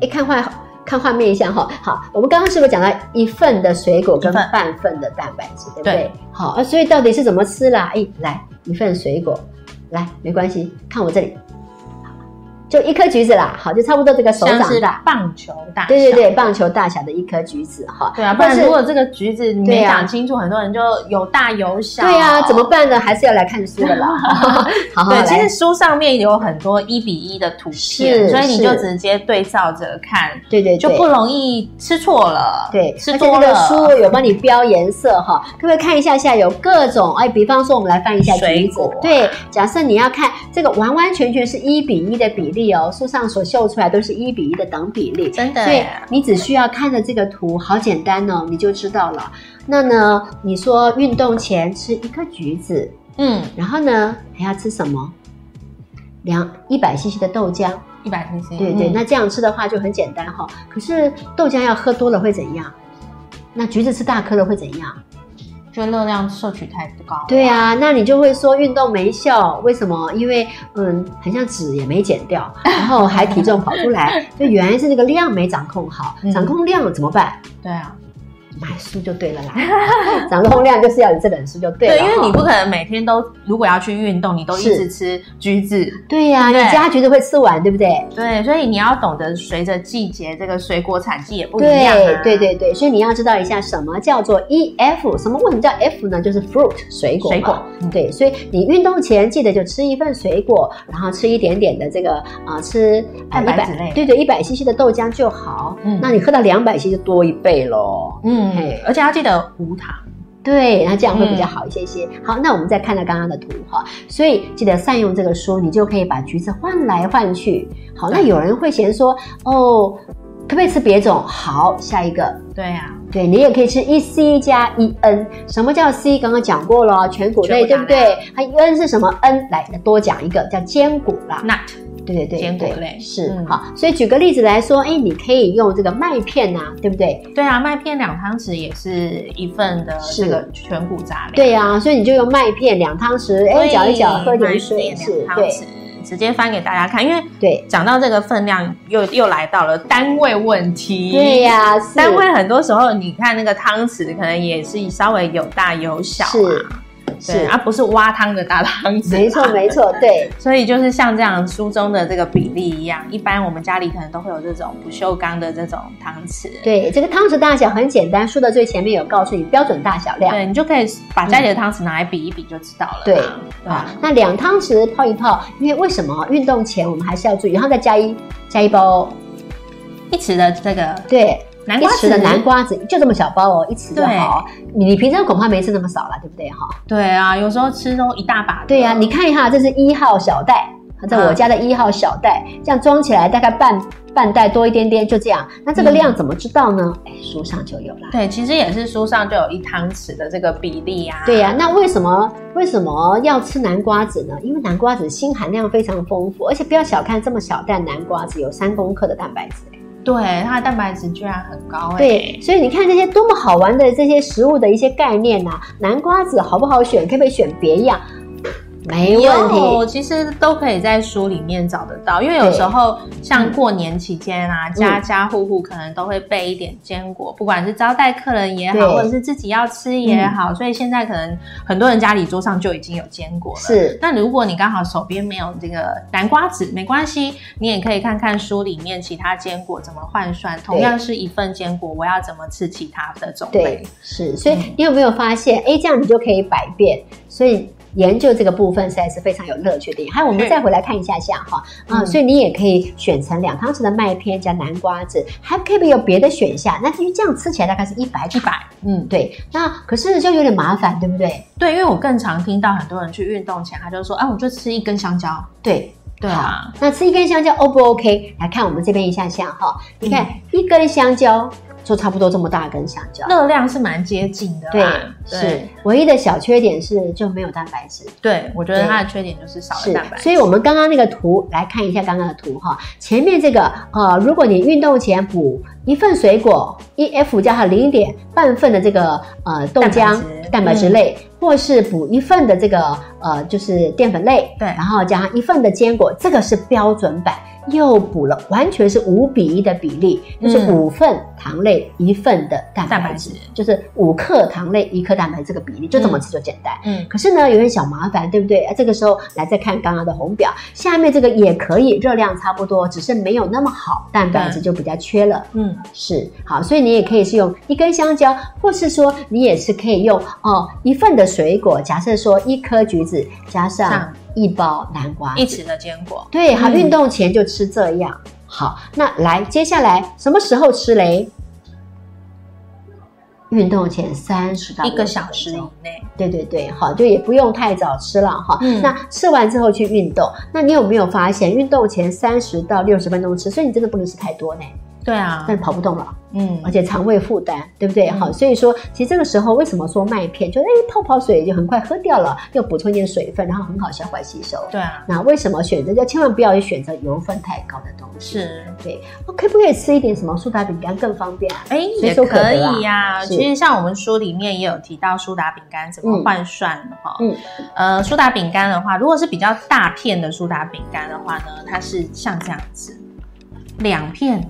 S1: 哎，看画看画面一下哈，好，我们刚刚是不是讲到一份的水果跟
S2: 一份
S1: 半份的蛋白质，对不对？
S2: 对
S1: 好，啊所以到底是怎么吃啦？哎，来一份水果，来没关系，看我这里，就一颗橘子啦，好，就差不多这个手
S2: 像是
S1: 掌大，
S2: 棒球大小。
S1: 对对对，棒球大小的一颗橘子哈。
S2: 对啊，不
S1: 但
S2: 然
S1: 是
S2: 如果这个橘子你没
S1: 对啊
S2: 讲清楚，很多人就有大有小。
S1: 对呀、怎么办呢？还是要来看书的啦。 [LAUGHS] 好好，
S2: 哦对，其
S1: 来
S2: 实书上面有很多一比一的图片，
S1: 是
S2: 所以你就是直接对照着看，
S1: 对对对，
S2: 就不容易吃错了。
S1: 对，
S2: 吃
S1: 而且
S2: 多
S1: 那个
S2: 了。
S1: 书有帮你标颜色哈，可不可以看一下下有各种？哎，比方说我们来翻一下
S2: 水
S1: 橘子
S2: 果啊，
S1: 对，假设你要看这个完完全全是一比一的比例哦，书上所秀出来都是一比一的等比例，
S2: 真的
S1: 所以你只需要看着这个图，好简单哦，你就知道了。那呢，你说运动前吃一颗橘子，
S2: 嗯，
S1: 然后呢还要吃什么？两一百 CC 的豆浆，
S2: 一百 cc，
S1: 对对，
S2: 嗯
S1: 那这样吃的话就很简单哈、可是豆浆要喝多了会怎样？那橘子吃大颗了会怎样？
S2: 就热量摄取太高，
S1: 对，啊，那你就会说运动没效，为什么？因为嗯，很像脂也没减
S2: [LAUGHS]
S1: 掉，然后还体重跑出来，就原来是那个量没掌控好
S2: 嗯，
S1: 掌控量怎么办？
S2: 对啊，
S1: 买书就对了啦， [LAUGHS] 掌控量就是要你这本书就对了
S2: 对，
S1: 哈。
S2: 因为你不可能每天都，如果要去运动，你都一直吃橘子，
S1: 对呀、
S2: 对不对
S1: 你家橘子会吃完，对不对？
S2: 对，所以你要懂得随着季节，这个水果产季也不一
S1: 对
S2: 样啊，
S1: 对对对，所以你要知道一下什么叫做 E F，什么为什么叫 F 呢？就是 fruit 水果嘛。
S2: 水果，嗯
S1: 对，所以你运动前记得就吃一份水果，然后吃一点点的这个啊、呃吃
S2: 蛋白质类
S1: 对对，一百 CC 的豆浆就好。
S2: 嗯
S1: 那你喝到两百 CC 就多一倍喽。
S2: 嗯嗯
S1: 嘿，
S2: 而且要记得无糖，
S1: 对，那这样会比较好一些些。好，那我们再看到刚刚的图哈，所以记得善用这个书，你就可以把橘子换来换去。好，那
S2: 对
S1: 有人会嫌说，哦，可不可以吃别种？好，下一个。
S2: 对啊，
S1: 对你也可以吃一 C 加一 N，什么叫 C？刚刚讲过了哦，全谷类
S2: 全
S1: 对不
S2: 谷杂
S1: 对？还有 N 是什么？N 来多讲一个叫坚果啦，
S2: 那
S1: 对对对，
S2: 坚果
S1: 对
S2: 类
S1: 是
S2: 嗯
S1: 好。所以举个例子来说，哎，你可以用这个麦片呐、对不对？
S2: 对啊，麦片两汤匙也是一份的
S1: 是
S2: 这个全谷杂粮，
S1: 对呀、所以你就用麦片两汤匙，哎，搅一搅，喝点
S2: 所以
S1: 水，
S2: 买一
S1: 是
S2: 点两汤
S1: 对
S2: 匙，直接翻给大家看，因为
S1: 对
S2: 讲到这个分量，又又来到了单位问题，
S1: 对呀、是
S2: 单位很多时候，你看那个汤匙，可能也是稍微有大有小
S1: 是
S2: 啊，对，
S1: 是，
S2: 而、不是挖汤的大汤匙，啊
S1: 没错没。错，对。
S2: 所以就是像这样书中的这个比例一样，一般我们家里可能都会有这种不锈钢的这种汤匙，
S1: 对，这个汤匙大小很简单，书的最前面有告诉你标准大小量。
S2: 对，你就可以把家里的汤匙拿来比一比就知道了嘛，
S1: 对
S2: 对啊
S1: 啊，那两汤匙泡一泡，因为为什么运动前我们还是要注意，然后再加一加一包
S2: 一匙的这个
S1: 对
S2: 南
S1: 一
S2: 瓜
S1: 匙的南，瓜子，就这么小包哦，一匙就好。你你平常恐怕没吃那么少了，对不对哈？
S2: 对啊，有时候吃都一大把的，
S1: 对呀、啊你看一下，这是一号小袋，在我家的一号小袋，这样装起来大概半半袋多一点点，就这样。那这个量怎么知道呢？哎、书上就有啦。
S2: 对，其实也是书上就有一汤匙的这个比例啊，
S1: 对呀、那为什么为什么要吃南瓜子呢？因为南瓜子锌含量非常丰富，而且不要小看这么小袋南瓜子，有三公克的蛋白质。
S2: 对，它的蛋白质居然很高、
S1: 哦
S2: 欸，
S1: 对，所以你看这些多么好玩的这些食物的一些概念呐、南瓜子好不好选？可不可以选别样？没问
S2: 有，
S1: 题，
S2: 其实都可以在书里面找得到，因为有时候像过年期间
S1: 嗯
S2: 啊，家家户户可能都会备一点坚果，不管是招待客人也
S1: 对嗯
S2: 好，或者是自己要吃也好，所以现在可能很多人家里桌上就已经有坚果了。
S1: 是
S2: 那如果你刚好手边没有这个南瓜子，没关系，你也可以看看书里面其他坚果怎么换算。同样是一份坚果，我要怎么吃其他的种类
S1: 对？是。所以
S2: 嗯
S1: 你有没有发现？哎，这样你就可以百变。所以研究这个部分实在是非常有乐趣的。还有，我们
S2: 是
S1: 再回来看一下下哈，啊、
S2: 嗯
S1: 所以你也可以选成两汤匙的麦片加南瓜子，还可以有别的选项。那因为这样吃起来大概是一百一百，
S2: 嗯，
S1: 对。那可是就有点麻烦，对不对？
S2: 对，因为我更常听到很多人去运动前，他就说：“啊，我就吃一根香蕉。”
S1: 对，
S2: 对啊，
S1: 那吃一根香蕉 O 不 OK？来看我们这边一下下哈，你看、
S2: 嗯
S1: 一根香蕉就差不多这么大根香蕉，
S2: 热量是蛮接近的
S1: 对
S2: 啦。，
S1: 是唯一的小缺点是就没有蛋白质，
S2: 对，我觉得它的缺点就是少了
S1: 是
S2: 蛋白，质。
S1: 所以我们刚刚那个图来看一下刚刚的图哈，前面这个呃，如果你运动前补一份水果，一 F 加上零点半份的这个呃豆
S2: 蛋白
S1: 浆
S2: 质嗯
S1: 蛋白质类，或是补一份的这个呃就是淀粉类，
S2: 对
S1: 然后加上一份的坚果，这个是标准版。又补了，完全是五比一的比例，就是
S2: 嗯
S1: 五份糖类一份的蛋
S2: 蛋
S1: 白
S2: 白
S1: 质，
S2: 质，
S1: 就是五克糖类一克蛋白质这个比例，就这么吃就简单。
S2: 嗯，
S1: 可是呢，有点小麻烦，对不对？啊这个时候来再看刚刚的红表，下面这个也可以，热量差不多，只是没有那么好，蛋白质就比较缺了。
S2: 嗯，
S1: 是好，所以你也可以是用一根香蕉，或是说你也是可以用哦一份的水果，假设说一颗橘子加上
S2: 上
S1: 一包南瓜，
S2: 一匙的坚果。
S1: 对，好，
S2: 嗯
S1: 运动前就吃这样。好，那来接下来什么时候吃嘞？运动前三十到
S2: 一个
S1: 60
S2: 小时
S1: 分钟
S2: 以内。
S1: 对对对，好，就也不用太早吃了哈。
S2: 嗯
S1: 那吃完之后去运动，那你有没有发现运动前三十到六十分钟吃，所以你真的不能吃太多呢，
S2: 对啊，
S1: 但跑不动了，
S2: 嗯
S1: 而且肠胃负担，对不对？
S2: 嗯
S1: 好，所以说其实这个时候为什么说麦片，就哎泡泡水就很快喝掉了，又补充一点水分，然后很好消化吸收。
S2: 对啊，
S1: 那为什么选择就千万不要选择油分太高的东西？
S2: 是。
S1: 对，哦可不可以吃一点什么苏打饼干更方便啊？
S2: 哎，
S1: 随
S2: 也
S1: 手可
S2: 可
S1: 得啦
S2: 以呀、
S1: 是
S2: 其实像我们书里面也有提到苏打饼干怎么换算的哈、
S1: 嗯
S2: 呃，苏打饼干的话，如果是比较大片的苏打饼干的话呢，它是像这样子，两片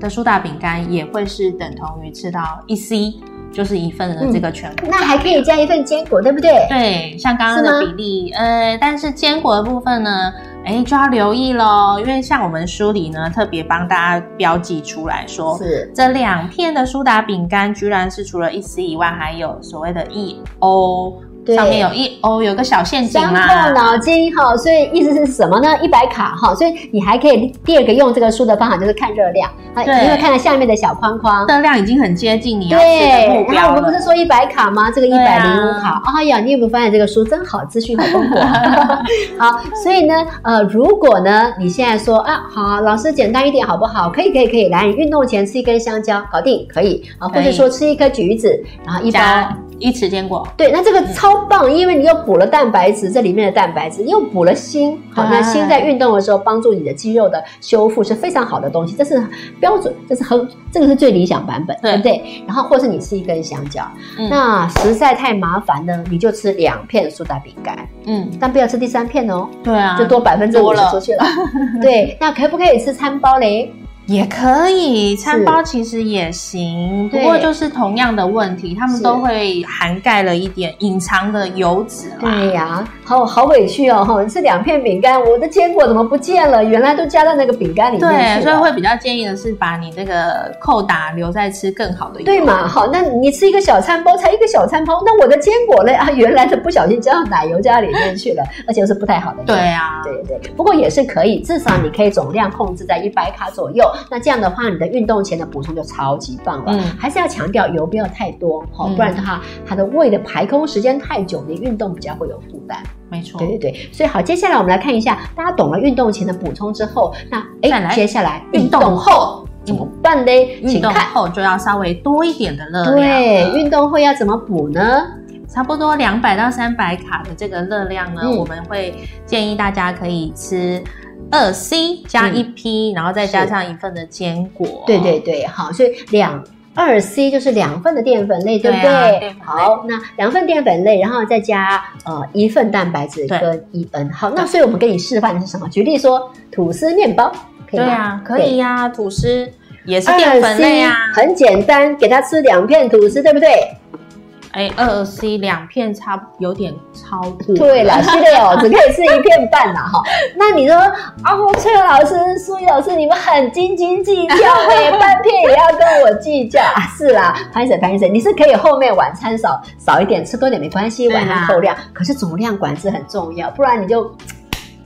S2: 的苏打饼干也会是等同于吃到一 c，就是一份
S1: 嗯
S2: 的这个全部。
S1: 那还可以加一份坚果，对不对？
S2: 对，像刚刚的比例，呃，但是坚果的部分呢，哎，就要留意喽，因为像我们书里呢，特别帮大家标记出来说，
S1: 是，
S2: 这两片的苏打饼干居然是除了一丝以外，还有所谓的一欧，
S1: 对
S2: 上面有啊一欧，有个小陷阱
S1: 伤
S2: 啦
S1: 透。脑筋哈，所以意思是什么呢？一百卡哈，所以你还可以第二个用这个书的方法就是看热量，啊，
S2: 对
S1: 你会看到下面的小框框。
S2: 热量已经很接近你要吃的
S1: 对
S2: 目，
S1: 然后
S2: 标
S1: 我们不是
S2: 了。
S1: 说一百卡吗？这个一
S2: 对
S1: 百零
S2: 啊
S1: 五卡，哎呀，你有没有发现这个书真好，资讯好丰富
S2: [LAUGHS]
S1: 啊？好，所以呢，呃，如果呢，你现在说啊，好，老师简单一点好不好？可以，可以，可以，来，你运动前吃一根香蕉，搞定，可以啊，或
S2: 可以
S1: 者说吃一颗橘子，然后一包
S2: 加一匙坚果，
S1: 对，那这
S2: 嗯
S1: 个超棒，因为你又补了蛋白质，这里面的蛋白质又补了锌，好，
S2: 对
S1: 那锌在运动的时候帮助你的肌肉的修复是非常好的东西，这是标准，这是很这个是最理想版本，
S2: 对
S1: 对不对？然后或是你吃一根香蕉，
S2: 嗯
S1: 那实在太麻烦呢，你就吃两片苏打饼干，
S2: 嗯，
S1: 但不要吃第三片哦，
S2: 对啊，
S1: 就多百分之
S2: 多
S1: 五十
S2: 了 [LAUGHS]
S1: 出去了。 [LAUGHS] 对，那可不可以吃餐包嘞？
S2: 也可以，餐
S1: 是
S2: 包其实也行，不
S1: 对
S2: 过就是同样的问题，他们
S1: 是
S2: 都会涵盖了一点隐藏的油脂啦。
S1: 对呀、好好委屈哦，哈，吃两片饼干，我的坚果怎么不见了？原来都加到那个饼干里面去
S2: 对，
S1: 了。
S2: 所以会比较建议的是把你这个扣打留在吃更好的油。
S1: 对嘛？好，那你吃一个小餐包，才一个小餐包，那我的坚果嘞 [LAUGHS] 啊，原来的不小心加到奶油加到里面去了， [LAUGHS] 而且是不太好的。
S2: 对。啊，
S1: 对对，不过也是可以，至少你可以总量控制在一百卡左右。那这样的话，你的运动前的补充就超级棒了。
S2: 嗯
S1: 还是要强调油不要太多，好、
S2: 嗯
S1: 不然的话，它的胃的排空时间太久，你运动比较会有负担。
S2: 没错。
S1: 对对对，所以好，接下来我们来看一下，大家懂了运动前的补充之后，那
S2: 再来
S1: 哎，接下来
S2: 运
S1: 运
S2: 动
S1: 动后怎么办嘞？
S2: 运
S1: 请
S2: 动
S1: 看。
S2: 后就要稍微多一点的热量，
S1: 对，，运动会要怎么补呢？
S2: 差不多两百到三百卡的这个热量呢，
S1: 嗯
S2: 我们会建议大家可以吃二 C 加一 P，、然后再加上一份的坚果。
S1: 嗯对对，对，好，所以两二 C 就是两份的淀粉类，对不
S2: 对啊
S1: 对？
S2: 淀粉类
S1: 好，那两份淀粉类，然后再加呃一份蛋白质
S2: 对
S1: 跟一 N。好，那所以我们给你示范的是什么？举例说吐司面包，可以
S2: 对
S1: 吗？
S2: 啊，可以呀、吐司也是
S1: 二 C
S2: 淀粉类啊。
S1: 很简单，给他吃两片吐司，对不对？
S2: 哎，二 C 两片差不有点超过，
S1: 对
S2: [LAUGHS]
S1: 了，是的哦，只可以吃一片半啦哈。那你说啊，翠儿老师、苏怡老师，你们很斤斤计较哎，半片也要跟我计较啊？是啦，潘婶潘婶，你是可以后面晚餐少少一点，吃多点没关系，
S2: 对啦啊
S1: 晚餐够量，可是总量管制很重要，不然你就。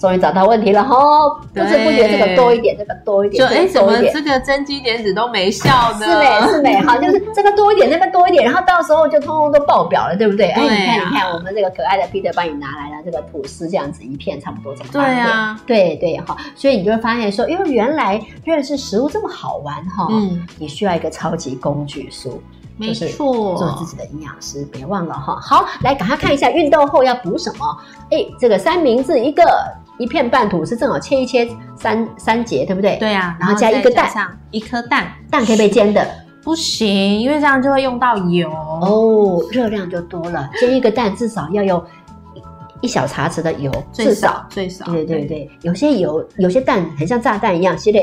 S1: 终于找到问题了哈！不知不觉这个多一点，这个多一点，
S2: 就
S1: 这
S2: 哎，
S1: 个
S2: 怎
S1: 多
S2: 么
S1: 一点，
S2: 这个增肌减脂都没效呢？
S1: 是美是美，好，就是这个多一点，那个多一点，然后到时候就通通都爆表了，对不对？哎，
S2: 对
S1: 你看，
S2: 啊
S1: 你看，我们这个可爱的 Peter 帮你拿来了这个吐司，这样子一片差不多这么
S2: 对
S1: 大片
S2: 啊，
S1: 对对哈，所以你就会发现说，因为原来认识食物这么好玩哈，
S2: 嗯，
S1: 你需要一个超级工具书，
S2: 没
S1: 哦就是
S2: 错，
S1: 做自己的营养师，别忘了哈。好，来赶快看一下运动后要补什么？哎，这个三明治一个，一片半吐司正好切一切三三节，对不对？，
S2: 对啊，
S1: 然后加一个蛋
S2: 再上一颗蛋，
S1: 蛋可以被煎的。
S2: 不行，因为这样就会用到油。
S1: 哦，热量就多了。煎一个蛋至少要有一一小茶匙的油，
S2: 最
S1: 至
S2: 少
S1: 少。嗯
S2: 最少，
S1: 对对对，有些油，有些蛋很像炸弹一样， [LAUGHS] 系列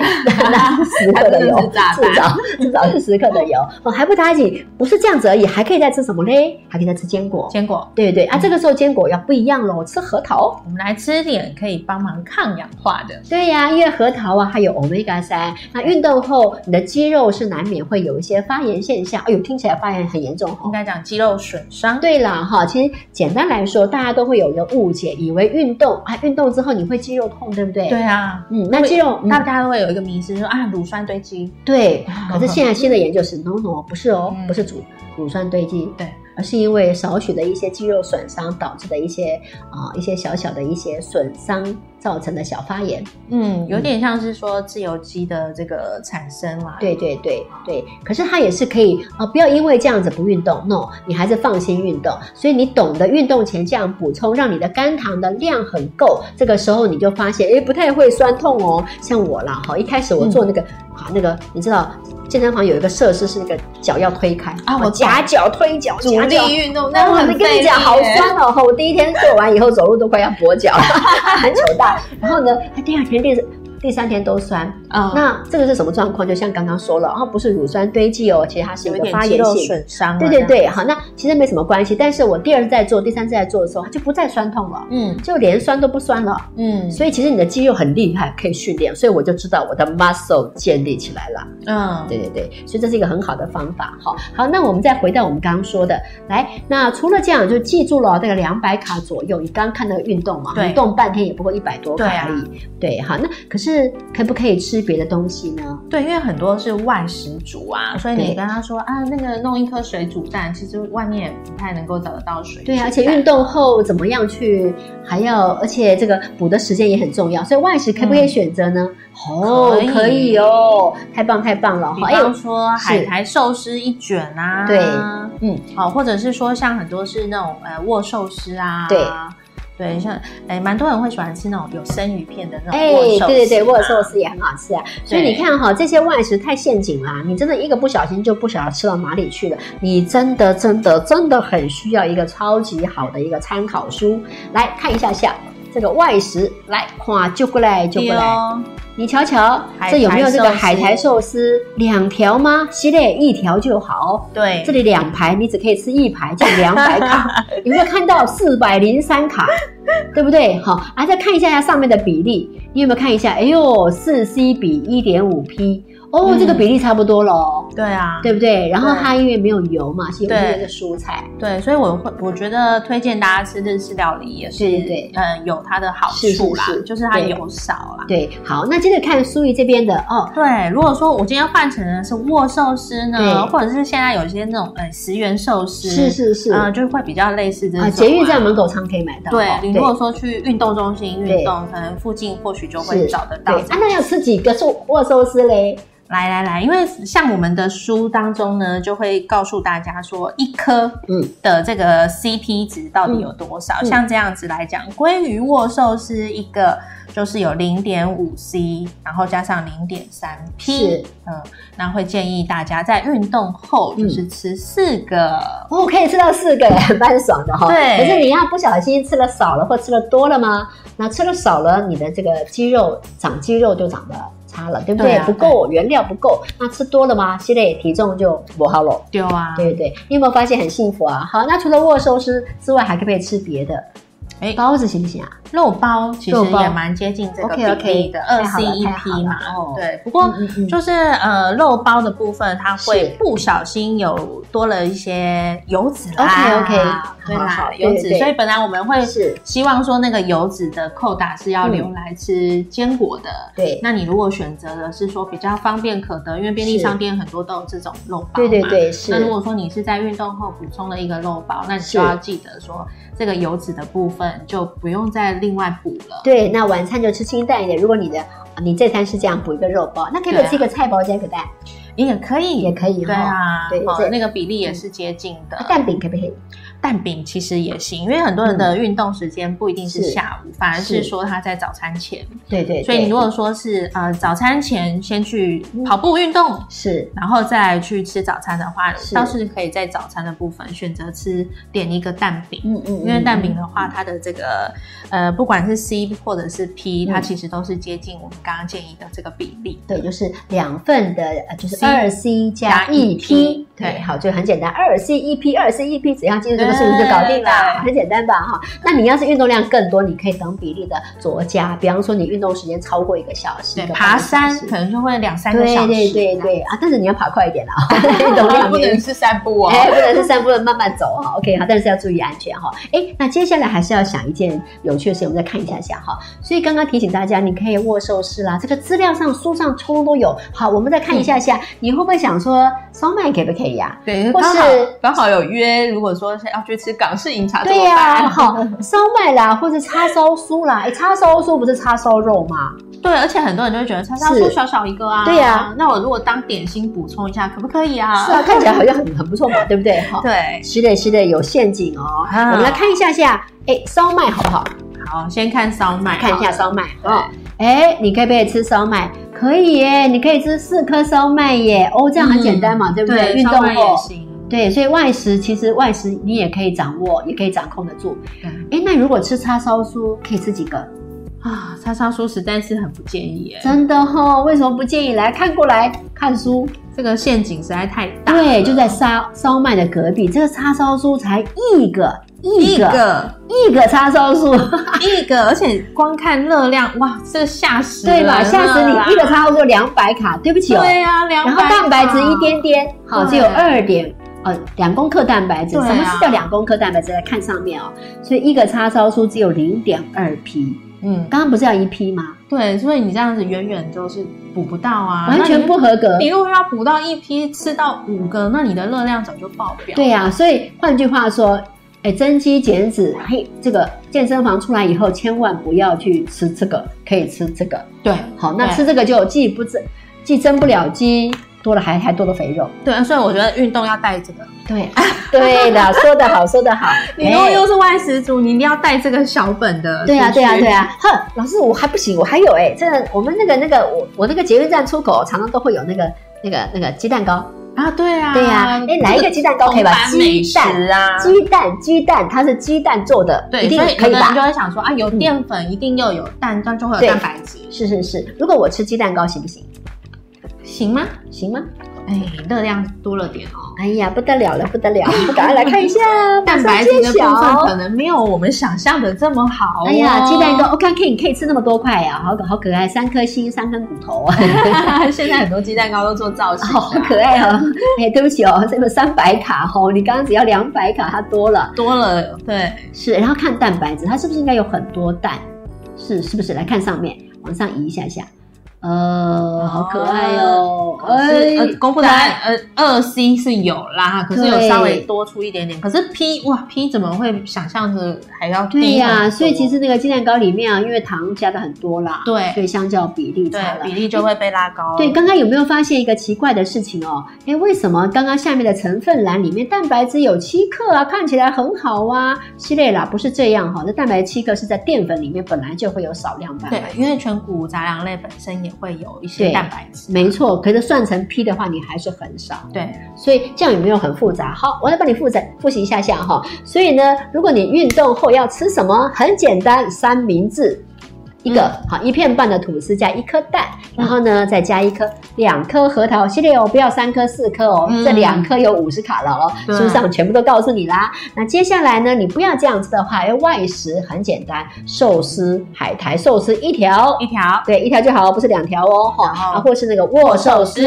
S1: 十克的油
S2: 它真的是炸，
S1: 至少至少是十克的油。哦，还不打紧，不是这样子而已，还可以再吃什么嘞？还可以再吃坚果。
S2: 坚果，
S1: 对对啊，这个时候坚果要不一样喽，吃核桃。
S2: 我们来吃点可以帮忙抗氧化的。
S1: 对呀、因为核桃啊，它有 omega 三，那运动后你的肌肉是难免会有一些发炎现象。哎呦，听起来发炎很严重哦
S2: 应。该讲肌肉损伤，
S1: 对了哈，其实简单来说，大家都会有油误解，以为运动啊，运动之后你会肌肉痛，对不对？
S2: 对，啊，
S1: 嗯，那肌肉，
S2: 大
S1: 嗯、
S2: 家会有一个迷思说啊，乳酸堆积，
S1: 对。可是现在新的研究是，no no，不是哦，
S2: 嗯
S1: 不是乳乳酸堆积，
S2: 对，
S1: 而是因为少许的一些肌肉损伤导致的一些啊、一些小小的一些损伤造成的小发炎。
S2: 嗯，有点像是说自由基的这个产生啦，
S1: 对对对对，可是它也是可以啊、呃不要因为这样子不运动，no，你还是放心运动。所以你懂得运动前这样补充，让你的肝糖的量很够，这个时候你就发现，哎，不太会酸痛哦。像我啦，哈，一开始我做那个、
S2: 嗯
S1: 啊那个，你知道健身房有一个设施是那个脚要推开
S2: 啊我懂
S1: 夹脚推脚，
S2: 阻
S1: 夹脚
S2: 力运动，
S1: 哦那
S2: 那
S1: 我
S2: 很
S1: 跟
S2: 费
S1: 你
S2: 力
S1: 讲，好
S2: 耶
S1: 酸
S2: [LAUGHS]
S1: 哦！我第一天做完以后，走路都快要跛脚， [LAUGHS] 很糗大。然后呢，哎第二天、第四第三天都酸，
S2: 嗯，
S1: 那这个是什么状况？就像刚刚说了，哦，不是乳酸堆积哦，其实它是一
S2: 有一
S1: 个
S2: 点
S1: 发
S2: 肌
S1: 炎
S2: 肉
S1: 性。
S2: 损伤，
S1: 对对，对，好，那其实没什么关系。但是我第二次在做，第三次在做的时候，它就不再酸痛了，
S2: 嗯
S1: 就连酸都不酸了。
S2: 嗯，
S1: 所以其实你的肌肉很厉害，可以训练。所以我就知道我的 muscle 建立起来了。
S2: 嗯，
S1: 对对对，所以这是一个很好的方法。好，好，那我们再回到我们刚刚说的，来，那除了这样，就记住了这个两百卡左右。你刚刚看那个运动嘛，
S2: 对
S1: 运动半天也不过一百多
S2: 对
S1: 卡
S2: 啊
S1: 而已。对，好，那可是可不可以吃别的东西呢？
S2: 对，因为很多是外食族啊，所以你
S1: 对
S2: 跟他说啊，那个弄一颗水煮蛋，其实外面也不太能够找得到水煮
S1: 对
S2: 蛋。
S1: 啊，而且运动后怎么样去，还要，而且这个补的时间也很重要，所以外食可不
S2: 嗯
S1: 可以选择呢？哦
S2: 可以，
S1: 可以哦，太棒太棒了
S2: 比
S1: 哈！哎呦
S2: 方，说
S1: 是
S2: 海苔寿司一卷啊，
S1: 对
S2: 嗯，好，或者是说像很多是那种呃握寿司啊，
S1: 对
S2: 对，像哎，蛮多人会喜欢吃那种有生鱼片的那种
S1: 哎，
S2: 握寿司、
S1: 对对对，握寿。司也很好吃啊。所以
S2: 对
S1: 你看哈，这些外食太陷阱啦，你真的一个不小心就不晓得吃到哪里去了。你真的真的真的很需要一个超级好的一个参考书来看一下下这个外食，来夸就过来就过来。
S2: 哦，
S1: 你瞧瞧，这有没有这个海苔寿司？两条吗？系列一条就好。
S2: 对，
S1: 这里两排，你只可以吃一排，就两百
S2: [LAUGHS]
S1: 卡。有没有看到四百零三卡？对不对？好，啊，再看一下下上面的比例，你有没有看一下？哎呦，四 C 比一点五 P，哦，
S2: 嗯
S1: 这个比例差不多了哦，
S2: 对啊，
S1: 对不对？然后
S2: 对
S1: 它因为没有油嘛，是因
S2: 对
S1: 为这个蔬菜。
S2: 对，所以我会我觉得推荐大家吃日式料理也是，
S1: 对对对
S2: 呃，有它的好
S1: 是是
S2: 处啦，
S1: 是
S2: 就是它
S1: 对
S2: 油少啦。
S1: 对，好，那接着看苏怡这边的哦，
S2: 对，如果说我今天换成的是握寿司呢，
S1: 对
S2: 或者是现在有一些那种呃十元寿司，
S1: 是是是
S2: 呃，就会比较类似这种、啊
S1: 啊，捷运站门。口常可以买到哦。
S2: 对，你如果说去运动中心运动，可能附近或许就会
S1: 是
S2: 找得到
S1: 对，。啊，那要吃几个寿握寿司嘞？
S2: 来来来，因为像我们的书当中呢，就会告诉大家说一颗
S1: 嗯
S2: 的这个 CP 值到底有多少。
S1: 嗯
S2: 像这样子来讲，鲑鱼握寿司一个就是有零点五 C，然后加上零点三 P，
S1: 是
S2: 嗯，那会建议大家在运动后就是吃四个。
S1: 哦，可以吃到四个，蛮爽的哈、
S2: 对
S1: 可是你要不小心吃了少了或吃了多了吗？那吃了少了，你的这个肌肉长肌肉就长得差了，对不对？
S2: 对啊嗯
S1: 不够原料不够，那吃多了吗？系列体重就不好了。
S2: 丢啊！
S1: 对对对，你有没有发现很幸福啊？好，那除了握寿司之外，还可不可以吃别的？
S2: 哎
S1: 包子行不行啊？
S2: 肉包其实
S1: 肉包
S2: 也蛮接近这个比
S1: OK，OK，
S2: 例的二
S1: 太好
S2: C
S1: 了
S2: 一
S1: 太好
S2: P
S1: 了
S2: 嘛。
S1: 哦
S2: 对，不过
S1: 嗯嗯嗯
S2: 就是呃肉包的部分，它会
S1: 是
S2: 不小心有多了一些油脂啦。
S1: OK，OK，
S2: 对
S1: 好
S2: 啦
S1: 好，对
S2: 油
S1: 对
S2: 脂。
S1: 对
S2: 所以本来我们会
S1: 是
S2: 希望说那个油脂的扣打是要留来吃坚果的。
S1: 对。
S2: 那你如果选择的是说比较方便可得，因为便利
S1: 是
S2: 商店很多都有这种肉包
S1: 对对
S2: 嘛
S1: 对，是
S2: 那如果说你是在运动后补充了一个肉包，那你
S1: 是
S2: 就要记得说这个油脂的部分就不用再另外补了。
S1: 对。那晚餐就吃清淡一点。如果你的啊你这餐是这样补一个肉包，那可不可
S2: 对
S1: 以
S2: 啊
S1: 吃一个菜包加一个蛋？
S2: 也可以，
S1: 也可以
S2: 对
S1: 哈。
S2: 啊，
S1: 对
S2: 哦
S1: 这
S2: 那个比例也是接近的。
S1: 蛋饼可不可以？
S2: 蛋饼其实也行，因为很多人的运动时间不一定是
S1: 嗯是
S2: 下午，反而是
S1: 是
S2: 说他在早餐前。
S1: 对对对。嗯
S2: 所以你如果说是呃早餐前先去跑步运动。
S1: 是
S2: 然后再去吃早餐的话，
S1: 是
S2: 倒是可以在早餐的部分选择吃点一个蛋饼，
S1: 嗯嗯，
S2: 因为蛋饼的话，它的这个呃，不管是 C 或者是 P，
S1: 嗯
S2: 它其实都是接近我们刚刚建议的这个比例。
S1: 对，就是两份的，呃就是
S2: C
S1: 二 C 加
S2: 加
S1: EP，
S2: EP
S1: 对，
S2: 对
S1: 好，就很简单，二 C EP，二 C EP，只要记住这个数字就搞定了，
S2: 嗯
S1: 很简单吧？哈，那你要是运动量更多，你可以等比例的酌加，比方说你运动时间超过一个小时，
S2: 对，
S1: 一个半
S2: 爬
S1: 个小
S2: 山
S1: 时
S2: 可能就会两三个小
S1: 对
S2: 时，
S1: 对对对啊，但是你要爬快一点
S2: [LAUGHS]
S1: 啦，运动量
S2: 不
S1: 没有
S2: 能是散步哦。
S1: 哎，不能是散步了，慢慢走哈。OK，好，但是要注意安全哈。哎，那接下来还是要想一件有趣的事情，我们再看一下下哈。所以刚刚提醒大家，你可以握手式啦，这个资料上、书上通通都有。好，我们再看一下
S2: 嗯
S1: 下，你会不会想说烧麦可不可以啊呀、
S2: 对，
S1: 或
S2: 刚
S1: 是
S2: 好刚好有约，如果说是要去吃港式饮茶，
S1: 对呀、好，烧麦啦，或者叉烧酥啦，哎，叉烧酥不是叉烧肉吗？
S2: 对，而且很多人就会觉得叉烧
S1: 是
S2: 酥小小一个啊，
S1: 对呀
S2: 那我如果当点心补充一下，可不可以啊？
S1: 是啊，看起来好像很很不错嘛，对不对？哈，
S2: 对，
S1: 是的，是的，有陷阱哦。
S2: 啊
S1: 我们来看一下下，哎，烧麦好不好？
S2: 好，先看烧麦，
S1: 看一下
S2: 好了
S1: 烧麦哦。哎，你可不可以吃烧麦？可以耶，你可以吃四颗烧麦耶。哦，这样很简单嘛，对不对？
S2: 嗯对，
S1: 运
S2: 烧
S1: 动
S2: 麦
S1: 后
S2: 也。行，
S1: 对，所以外食其实外食你也可以掌握，也可以掌控得住。
S2: 对
S1: 哎，那如果吃叉烧酥，可以吃几个？
S2: 啊，叉烧酥实在是很不建议耶，
S1: 真的哈、为什么不建议来看过来看书？
S2: 这个陷阱实在太大了，
S1: 对，就在烧烧麦的隔壁，这个叉烧酥才一个
S2: 一
S1: 一个
S2: 个
S1: 一个叉烧酥。
S2: 一个，而且光看热量，哇，这吓死
S1: 对
S2: 人了
S1: 吧？
S2: 啊啦，
S1: 吓死你！一个叉烧酥两百卡，对不起哦。
S2: 对啊，两
S1: 然后蛋白质一点点，好，
S2: 对
S1: 只有二点呃两公克蛋白质。
S2: 对啊
S1: 什么是叫两公克蛋白质？来看上面哦，所以一个叉烧酥只有零点二 p，
S2: 嗯，
S1: 刚刚不是要一 p 吗？
S2: 对，所以你这样子远远就是补不到啊，
S1: 完全不合格
S2: 那你。你如果要补到一批吃到五个，那你的热量早就爆表。
S1: 对呀、所以换句话说，哎，增肌减脂，嘿，这个健身房出来以后，千万不要去吃这个，可以吃这个。
S2: 对
S1: 好，那
S2: 对
S1: 吃这个就既不增，既增不了肌，多了还还多了肥
S2: [LAUGHS]
S1: 肉。
S2: 对，所以我觉得运动要带这个。
S1: 对，对的，说得好，说得好。
S2: [LAUGHS] 你如果
S1: 哎
S2: 又是外食族，你一定要带这个小本的。
S1: 对呀、
S2: 出
S1: 对
S2: 去
S1: 呀、对呀、啊哼，老师，我还不行，我还有哎、这个我们那个那个我我那个捷运站出口常常都会有那个那个那个鸡蛋糕，
S2: 啊，对啊，
S1: 对呀、哎，来一个鸡蛋糕可以吧？
S2: 红斑美
S1: 鸡
S2: 食
S1: 蛋。
S2: 啊。
S1: 鸡蛋，鸡蛋，它是鸡蛋做的，一
S2: 对，
S1: 定
S2: 所以
S1: 可
S2: 有
S1: 以
S2: 的人就
S1: 吧？
S2: 会想说啊，有淀粉一定又有蛋，这样就会有
S1: 对
S2: 蛋白质，
S1: 是是是，如果我吃鸡蛋糕行不行？
S2: 行吗？
S1: 行吗？
S2: 哎，热量多了点哦。
S1: 哎呀，不得了了，不得了！ [LAUGHS] 我们赶快来看一下
S2: 蛋白质的
S1: 马上
S2: 部分
S1: 揭
S2: 可
S1: 晓。
S2: 能没有我们想象的这么好、哦。
S1: 哎呀，鸡蛋糕，我看可以可以吃那么多块呀、好可好可爱，三颗心，三根骨头啊。
S2: 糕， [LAUGHS] 现在很多鸡蛋糕都做造
S1: [LAUGHS]
S2: 型、
S1: 好可爱哦！哎，对不起哦，这个三百卡哦，你刚刚只要两百卡，它多了。
S2: 多了。对，
S1: 是，然后看蛋白质，它是不是应该有很多蛋？是，是不是？来看上面，往上移一下下。呃，好可爱哦！
S2: 是呃，公布答
S1: 蛋
S2: 案，呃，二 C 是有啦，可是有
S1: 对
S2: 稍微多出一点点。可是 P 哇，P 怎么会想象的还要低？
S1: 对呀、所以其实那个鸡蛋糕里面啊，因为糖加的很多啦，
S2: 对
S1: 所以相较比例差
S2: 对
S1: 了。
S2: 比例就会被拉高。
S1: 对，刚刚有没有发现一个奇怪的事情哦？哎，为什么刚刚下面的成分栏里面蛋白质有七克啊？看起来很好啊，系列啦，不是这样哈、那蛋白质七克是在淀粉里面本来就会有少量蛋
S2: 对
S1: 白，质，
S2: 因为全谷杂粮类本身也会有一些
S1: 对
S2: 蛋白质。
S1: 没错。可是算成 P 的话，你还是很少。
S2: 对，
S1: 所以这样有没有很复杂？好，我来帮你复杂复习一下下哈。所以呢，如果你运动后要吃什么，很简单，三明治。一个
S2: 嗯
S1: 好一片半的吐司加一颗蛋，然后呢再加一颗两颗核桃系列哦，不要三颗四颗哦，
S2: 嗯
S1: 这两颗有五十卡了哦，
S2: 对
S1: 书上全部都告诉你啦。那接下来呢，你不要这样吃的话，哎，外食很简单，寿司、海苔寿司一条
S2: 一，条
S1: 对，一条就好，不是两条哦，哈，
S2: 然后
S1: 啊，或是那个握寿司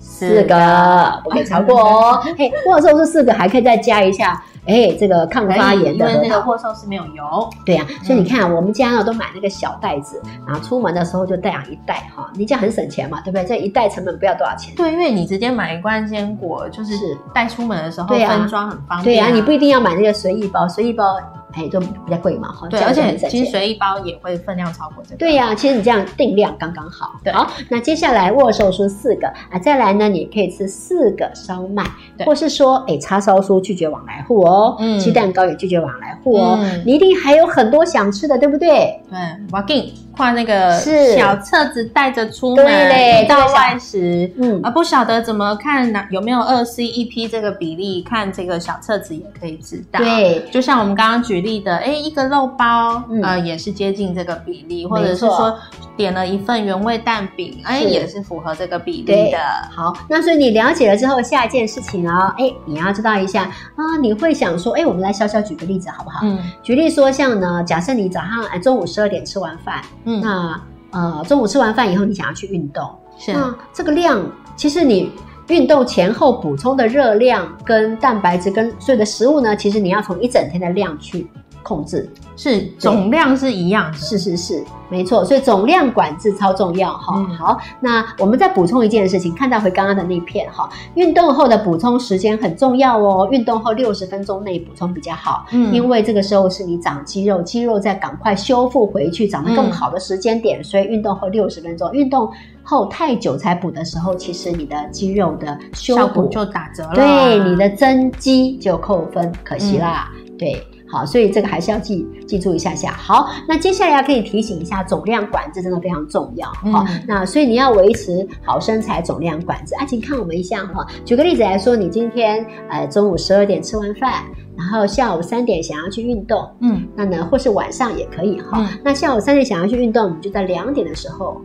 S2: 司，
S1: 四个不可以超过哦。嘿，握寿司四个还可以再加一下，哎，这个抗
S2: 可以
S1: 发炎
S2: 哎因
S1: 的
S2: 为那
S1: 核
S2: 个嗯
S1: 桃，
S2: 握寿司没有油。
S1: 对呀、所以你看、啊，我们家啊都买那个小袋子，然后出门的时候就带上一袋哈，你这样很省钱嘛，对不对？这一袋成本不要多少钱。
S2: 对，因为你直接买一罐坚果，就是
S1: 是
S2: 带出门的时候
S1: 对啊
S2: 分装很方便、
S1: 对呀、你不一定要买那个随意包，随意包哎就比较贵嘛，哈，这
S2: 对，
S1: 样
S2: 而
S1: 就
S2: 且
S1: 很省
S2: 其
S1: 钱
S2: 实。随意包也会分量超过这个。
S1: 对呀、其实你这样定量刚刚好。
S2: 对
S1: 好，那接下来握手酥四个啊，再来呢，你也可以吃四个烧麦，
S2: 对
S1: 或是说，哎，叉烧酥拒绝往来户哦，
S2: 嗯
S1: 鸡蛋糕也拒绝往来户哦，
S2: 嗯
S1: 你一定还有很多想吃的，对不对？
S2: 对，walking 画那个
S1: 是
S2: 小册子带着出
S1: 对
S2: 门
S1: 嘞
S2: 到
S1: 这个小
S2: 外食，
S1: 嗯
S2: 啊，不晓得怎么看哪有没有二 C 一 P 这个比例，看这个小册子也可以知道。，
S1: 对，
S2: 就像我们刚刚举例的，哎，一个肉包，
S1: 嗯
S2: 呃，也是接近这个比例，
S1: 错
S2: 或者是说点了一份原味蛋饼，哎，
S1: 是
S2: 也是符合这个比例
S1: 对
S2: 的。
S1: 好，那所以你了解了之后，下一件事情哦，哎，你要知道一下啊，你会想说，哎，我们来小小举个例子好不好？
S2: 嗯
S1: 举例说，像呢，假设你早上哎中午十二点吃完饭，
S2: 嗯，
S1: 那呃中午吃完饭以后，你想要去运动，
S2: 是
S1: 那这个量其实你。运动前后补充的热量、跟蛋白质、跟所有的食物呢，其实你要从一整天的量去控制。
S2: 是总量是一样的。
S1: 是是是，没错，所以总量管制超重要哈、
S2: 嗯
S1: 好，那我们再补充一件事情，看到回刚刚的那片哈，运动后的补充时间很重要哦，运动后六十分钟内补充比较好。
S2: 嗯
S1: 因为这个时候是你长肌肉，肌肉在赶快修复回去，长得更好的时间点，所以运动后六十分钟，运动后太久才补的时候，其实你的肌肉的修
S2: 效
S1: 补
S2: 果就打折了啊。嗯
S1: 对你的增肌就扣分，可惜啦。对，好，所以这个还是要记记住一下下。好，那接下来要可以提醒一下，总量管制真的非常重要哈、
S2: 嗯
S1: 那所以你要维持好身材，总量管制。啊，请看我们一下哈、举个例子来说，你今天呃中午十二点吃完饭，然后下午三点想要去运动，
S2: 嗯
S1: 那呢或是晚上也可以哈、
S2: 嗯
S1: 那下午三点想要去运动，你就在两点的时候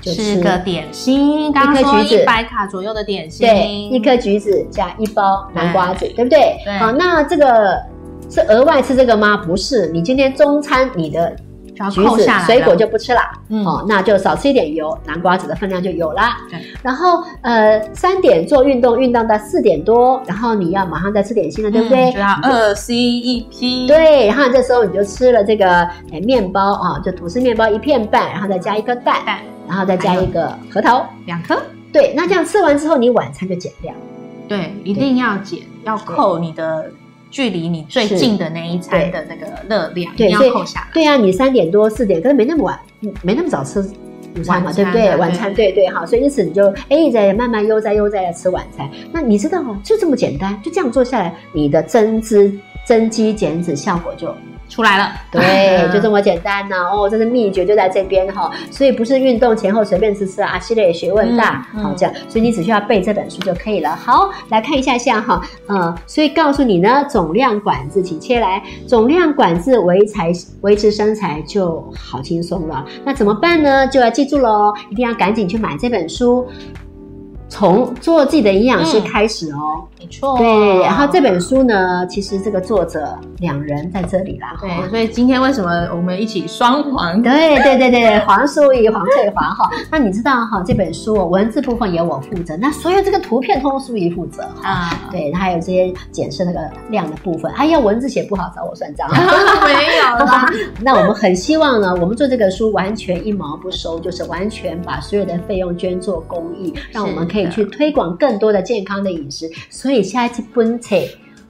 S1: 就吃
S2: 吃个点心，刚刚
S1: 一颗
S2: 说
S1: 橘子
S2: 一百卡左右的点心，
S1: 对，一颗橘子加一包南瓜子，对不对？
S2: 对
S1: 好，那这个是额外吃这个吗？不是，你今天中餐你的
S2: 就要
S1: 橘
S2: 扣
S1: 子
S2: 下来了
S1: 水果就不吃啦，
S2: 嗯
S1: 哦，那就少吃一点油，南瓜子的分量就有啦。
S2: 对，
S1: 然后呃，三点做运动，运动到四点多，然后你要马上再吃点心了，对不对？
S2: 嗯就要二 C 一 P，，
S1: 对，然后这时候你就吃了这个哎面包啊、就吐司面包一片半，然后再加一颗蛋，
S2: 蛋
S1: 然后再加
S2: 还有
S1: 一个核桃。
S2: 两颗，
S1: 对，那这样吃完之后，你晚餐就减量。
S2: 对，一定要减，要扣你的距离你最近的那一餐的那个热量，一
S1: 对
S2: 定要
S1: 所以
S2: 扣下来。
S1: 对啊，你三点多四点，可是没那么晚，嗯没那么早吃午餐嘛，
S2: 晚餐
S1: 对不对？
S2: 对
S1: 晚餐，对对哈，好所以因此你就哎一直在慢慢悠哉悠哉的吃晚餐。那你知道吗？就这么简单，就这样做下来，你的增脂、增肌、减脂效果就
S2: 出来了，
S1: [LAUGHS]
S2: [LAUGHS]
S1: 对，就这么简单呢、哦，这是秘诀就在这边哈、所以不是运动前后随便吃吃啊，啊系列学问大，好、
S2: 嗯嗯
S1: 这样，所以你只需要背这本书就可以了。好，来看一下下哈，呃，所以告诉你呢，总量管制，请切来，总量管制维才维持身材就好轻松了。那怎么办呢？就要记住喽，一定要赶紧去买这本书。从做自己的营养师
S2: 嗯
S1: 开始哦，
S2: 没错。
S1: 对。然后这本书呢，其实这个作者两人在这里啦，哈
S2: 对，所以今天为什么我们一起双黄？
S1: 对对对对，黄淑仪、黄翠华哈，那你知道哈，这本书哦文字部分由我负责，那所有这个图片通通淑仪负责哈。
S2: 啊， [LAUGHS]
S1: 对，还有这些检视那个量的部分，哎呀，文字写不好找我算账。 [LAUGHS]
S2: 没有啦，
S1: 那我们很希望呢，我们做这个书完全一毛不收，就是完全把所有的费用捐做公益，让我们可以去推广更多的健康的饮食。所以下一期本册，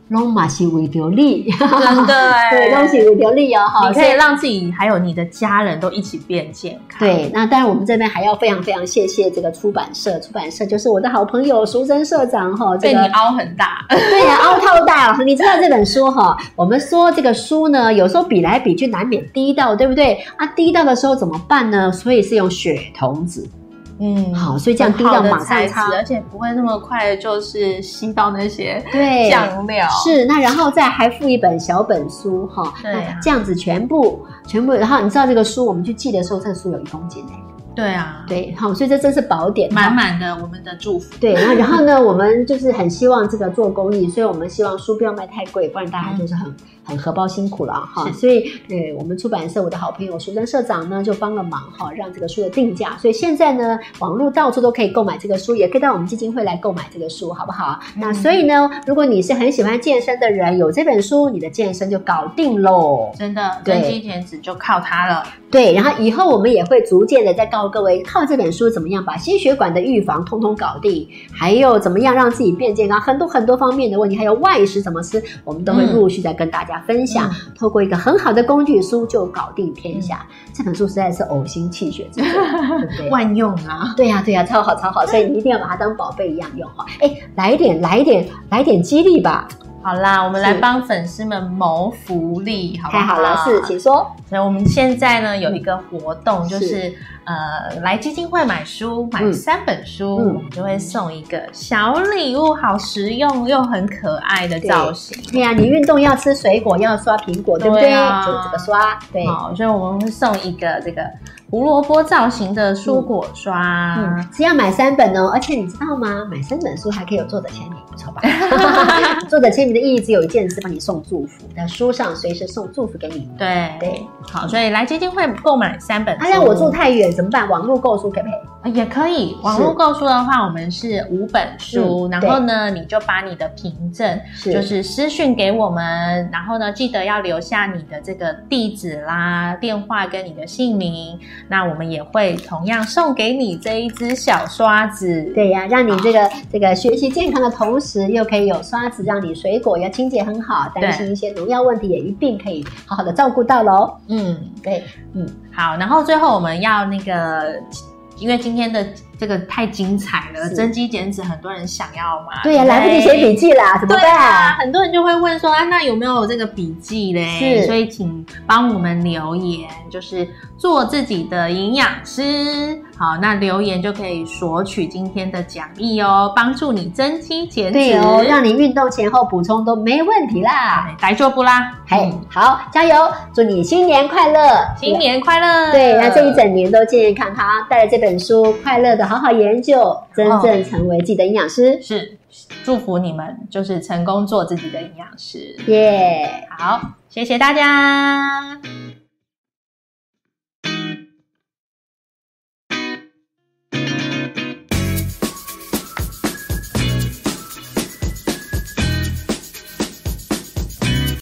S1: 拢嘛是为着你，
S2: 真的哎，
S1: [LAUGHS] 对，拢是为着你哦，哈，
S2: 你可以让自己还有你的家人都一起变健康。
S1: 对，那当然我们这边还要非常非常谢谢这个出版社，出版社就是我的好朋友淑珍社长哈，这
S2: 被
S1: 个
S2: 你凹很大，
S1: [LAUGHS] 对呀、凹套大，你知道这本书哈，我们说这个书呢，有时候比来比去难免低到，对不对？啊，低到的时候怎么办呢？所以是用血童子，
S2: 嗯，
S1: 好，所以这样低到马上擦，
S2: 而且不会那么快就是吸到那些
S1: 对，
S2: 酱料。
S1: 是，那然后再还附一本小本书哈，
S2: 对啊
S1: 那这样子全部全部，然后你知道这个书我们去寄的时候，这个书有一公斤哎，
S2: 对啊，，
S1: 对，好，所以这真是宝典，哈
S2: 满满的我们的祝福。
S1: 对，然后然后呢，我们就是很希望这个做公益，所以我们希望书不要卖太贵，不然大家就是很、很荷包辛苦了啊哈。
S2: 嗯是
S1: 所以，呃，我们出版社我的好朋友淑珍社长呢就帮了忙哈，让这个书的定价。所以现在呢，网络到处都可以购买这个书，也可以到我们基金会来购买这个书，好不好？那
S2: 嗯
S1: 所以呢，如果你是很喜欢健身的人，有这本书，你的健身就搞定喽。
S2: 真的，
S1: 对
S2: 增肌减脂就靠它了。
S1: 对，然后以后我们也会逐渐的再告诉各位，靠这本书怎么样把心血管的预防通通搞定，还有怎么样让自己变健康，很多很多方面的问题，还有外食怎么吃，我们都会
S2: 嗯
S1: 陆续再跟大家分享。透过一个很好的工具书就搞定天下，这本书实在是呕心泣血之作， [LAUGHS] 对不对？
S2: 万用啊，
S1: 对呀、对呀、超好嗯超好，所以你一定要把它当宝贝一样用哈。哎，来一点，来一点，来一点激励吧，
S2: 好啦，我们
S1: 是
S2: 来帮粉丝们谋福利，好不
S1: 太
S2: 好？
S1: 好了，是，请说。
S2: 所以我们现在呢有一个活动，就是是呃来基金会买书，买
S1: 嗯
S2: 三本书，
S1: 嗯
S2: 我们就会送一个小礼物，好实用又很可爱的造型。
S1: 对呀、你运动要吃水果，要刷苹果，对不对？
S2: 对啊
S1: 就是这个刷，对，
S2: 好，所以我们会送一个这个胡萝卜造型的蔬果刷。
S1: 嗯，是要买三本哦。而且你知道吗？买三本书还可以有作者签名，不
S2: [LAUGHS]
S1: 错吧？作者签名的意义只有一件事，帮你送祝福。那书上随时送祝福给你。
S2: 对
S1: 对，
S2: 好，所以来基金会购买三本书。
S1: 啊，让我住太远怎么办？网络购书可不可以？
S2: 呃也可以，网络购书的话，我们是五本书，
S1: 嗯
S2: 然后呢，你就把你的凭证，
S1: 是
S2: 就是私讯给我们，然后呢，记得要留下你的这个地址啦、电话跟你的姓名，那我们也会同样送给你这一支小刷子。
S1: 对呀、让你这个这个学习健康的同时，又可以有刷子，让你水果要清洁很好，担心一些农药问题也一并可以好好的照顾到喽。
S2: 嗯，
S1: 对，
S2: 好，然后最后我们要那个，因为今天的这个太精彩了，
S1: 是
S2: 增肌减脂很多人想要嘛，
S1: 对呀、
S2: 不
S1: 来不及写笔记啦，怎么
S2: 啊对啊，
S1: 办？
S2: 很多人就会问说啊，那有没有这个笔记嘞？
S1: 是
S2: 所以请帮我们留言，就是做自己的营养师。好，那留言就可以索取今天的讲义哦，帮助你增肌减脂
S1: 对哦，让你运动前后补充都没问题啦。
S2: 来做不啦？
S1: 嘿
S2: 嗯，
S1: 好，加油！祝你新年快乐！
S2: 新年快乐！
S1: 对，那这一整年都健健康康，带着这本书快乐的好好研究，真正成为自己的营养师。
S2: 是祝福你们，就是成功做自己的营养师。
S1: 耶、
S2: 好，谢谢大家，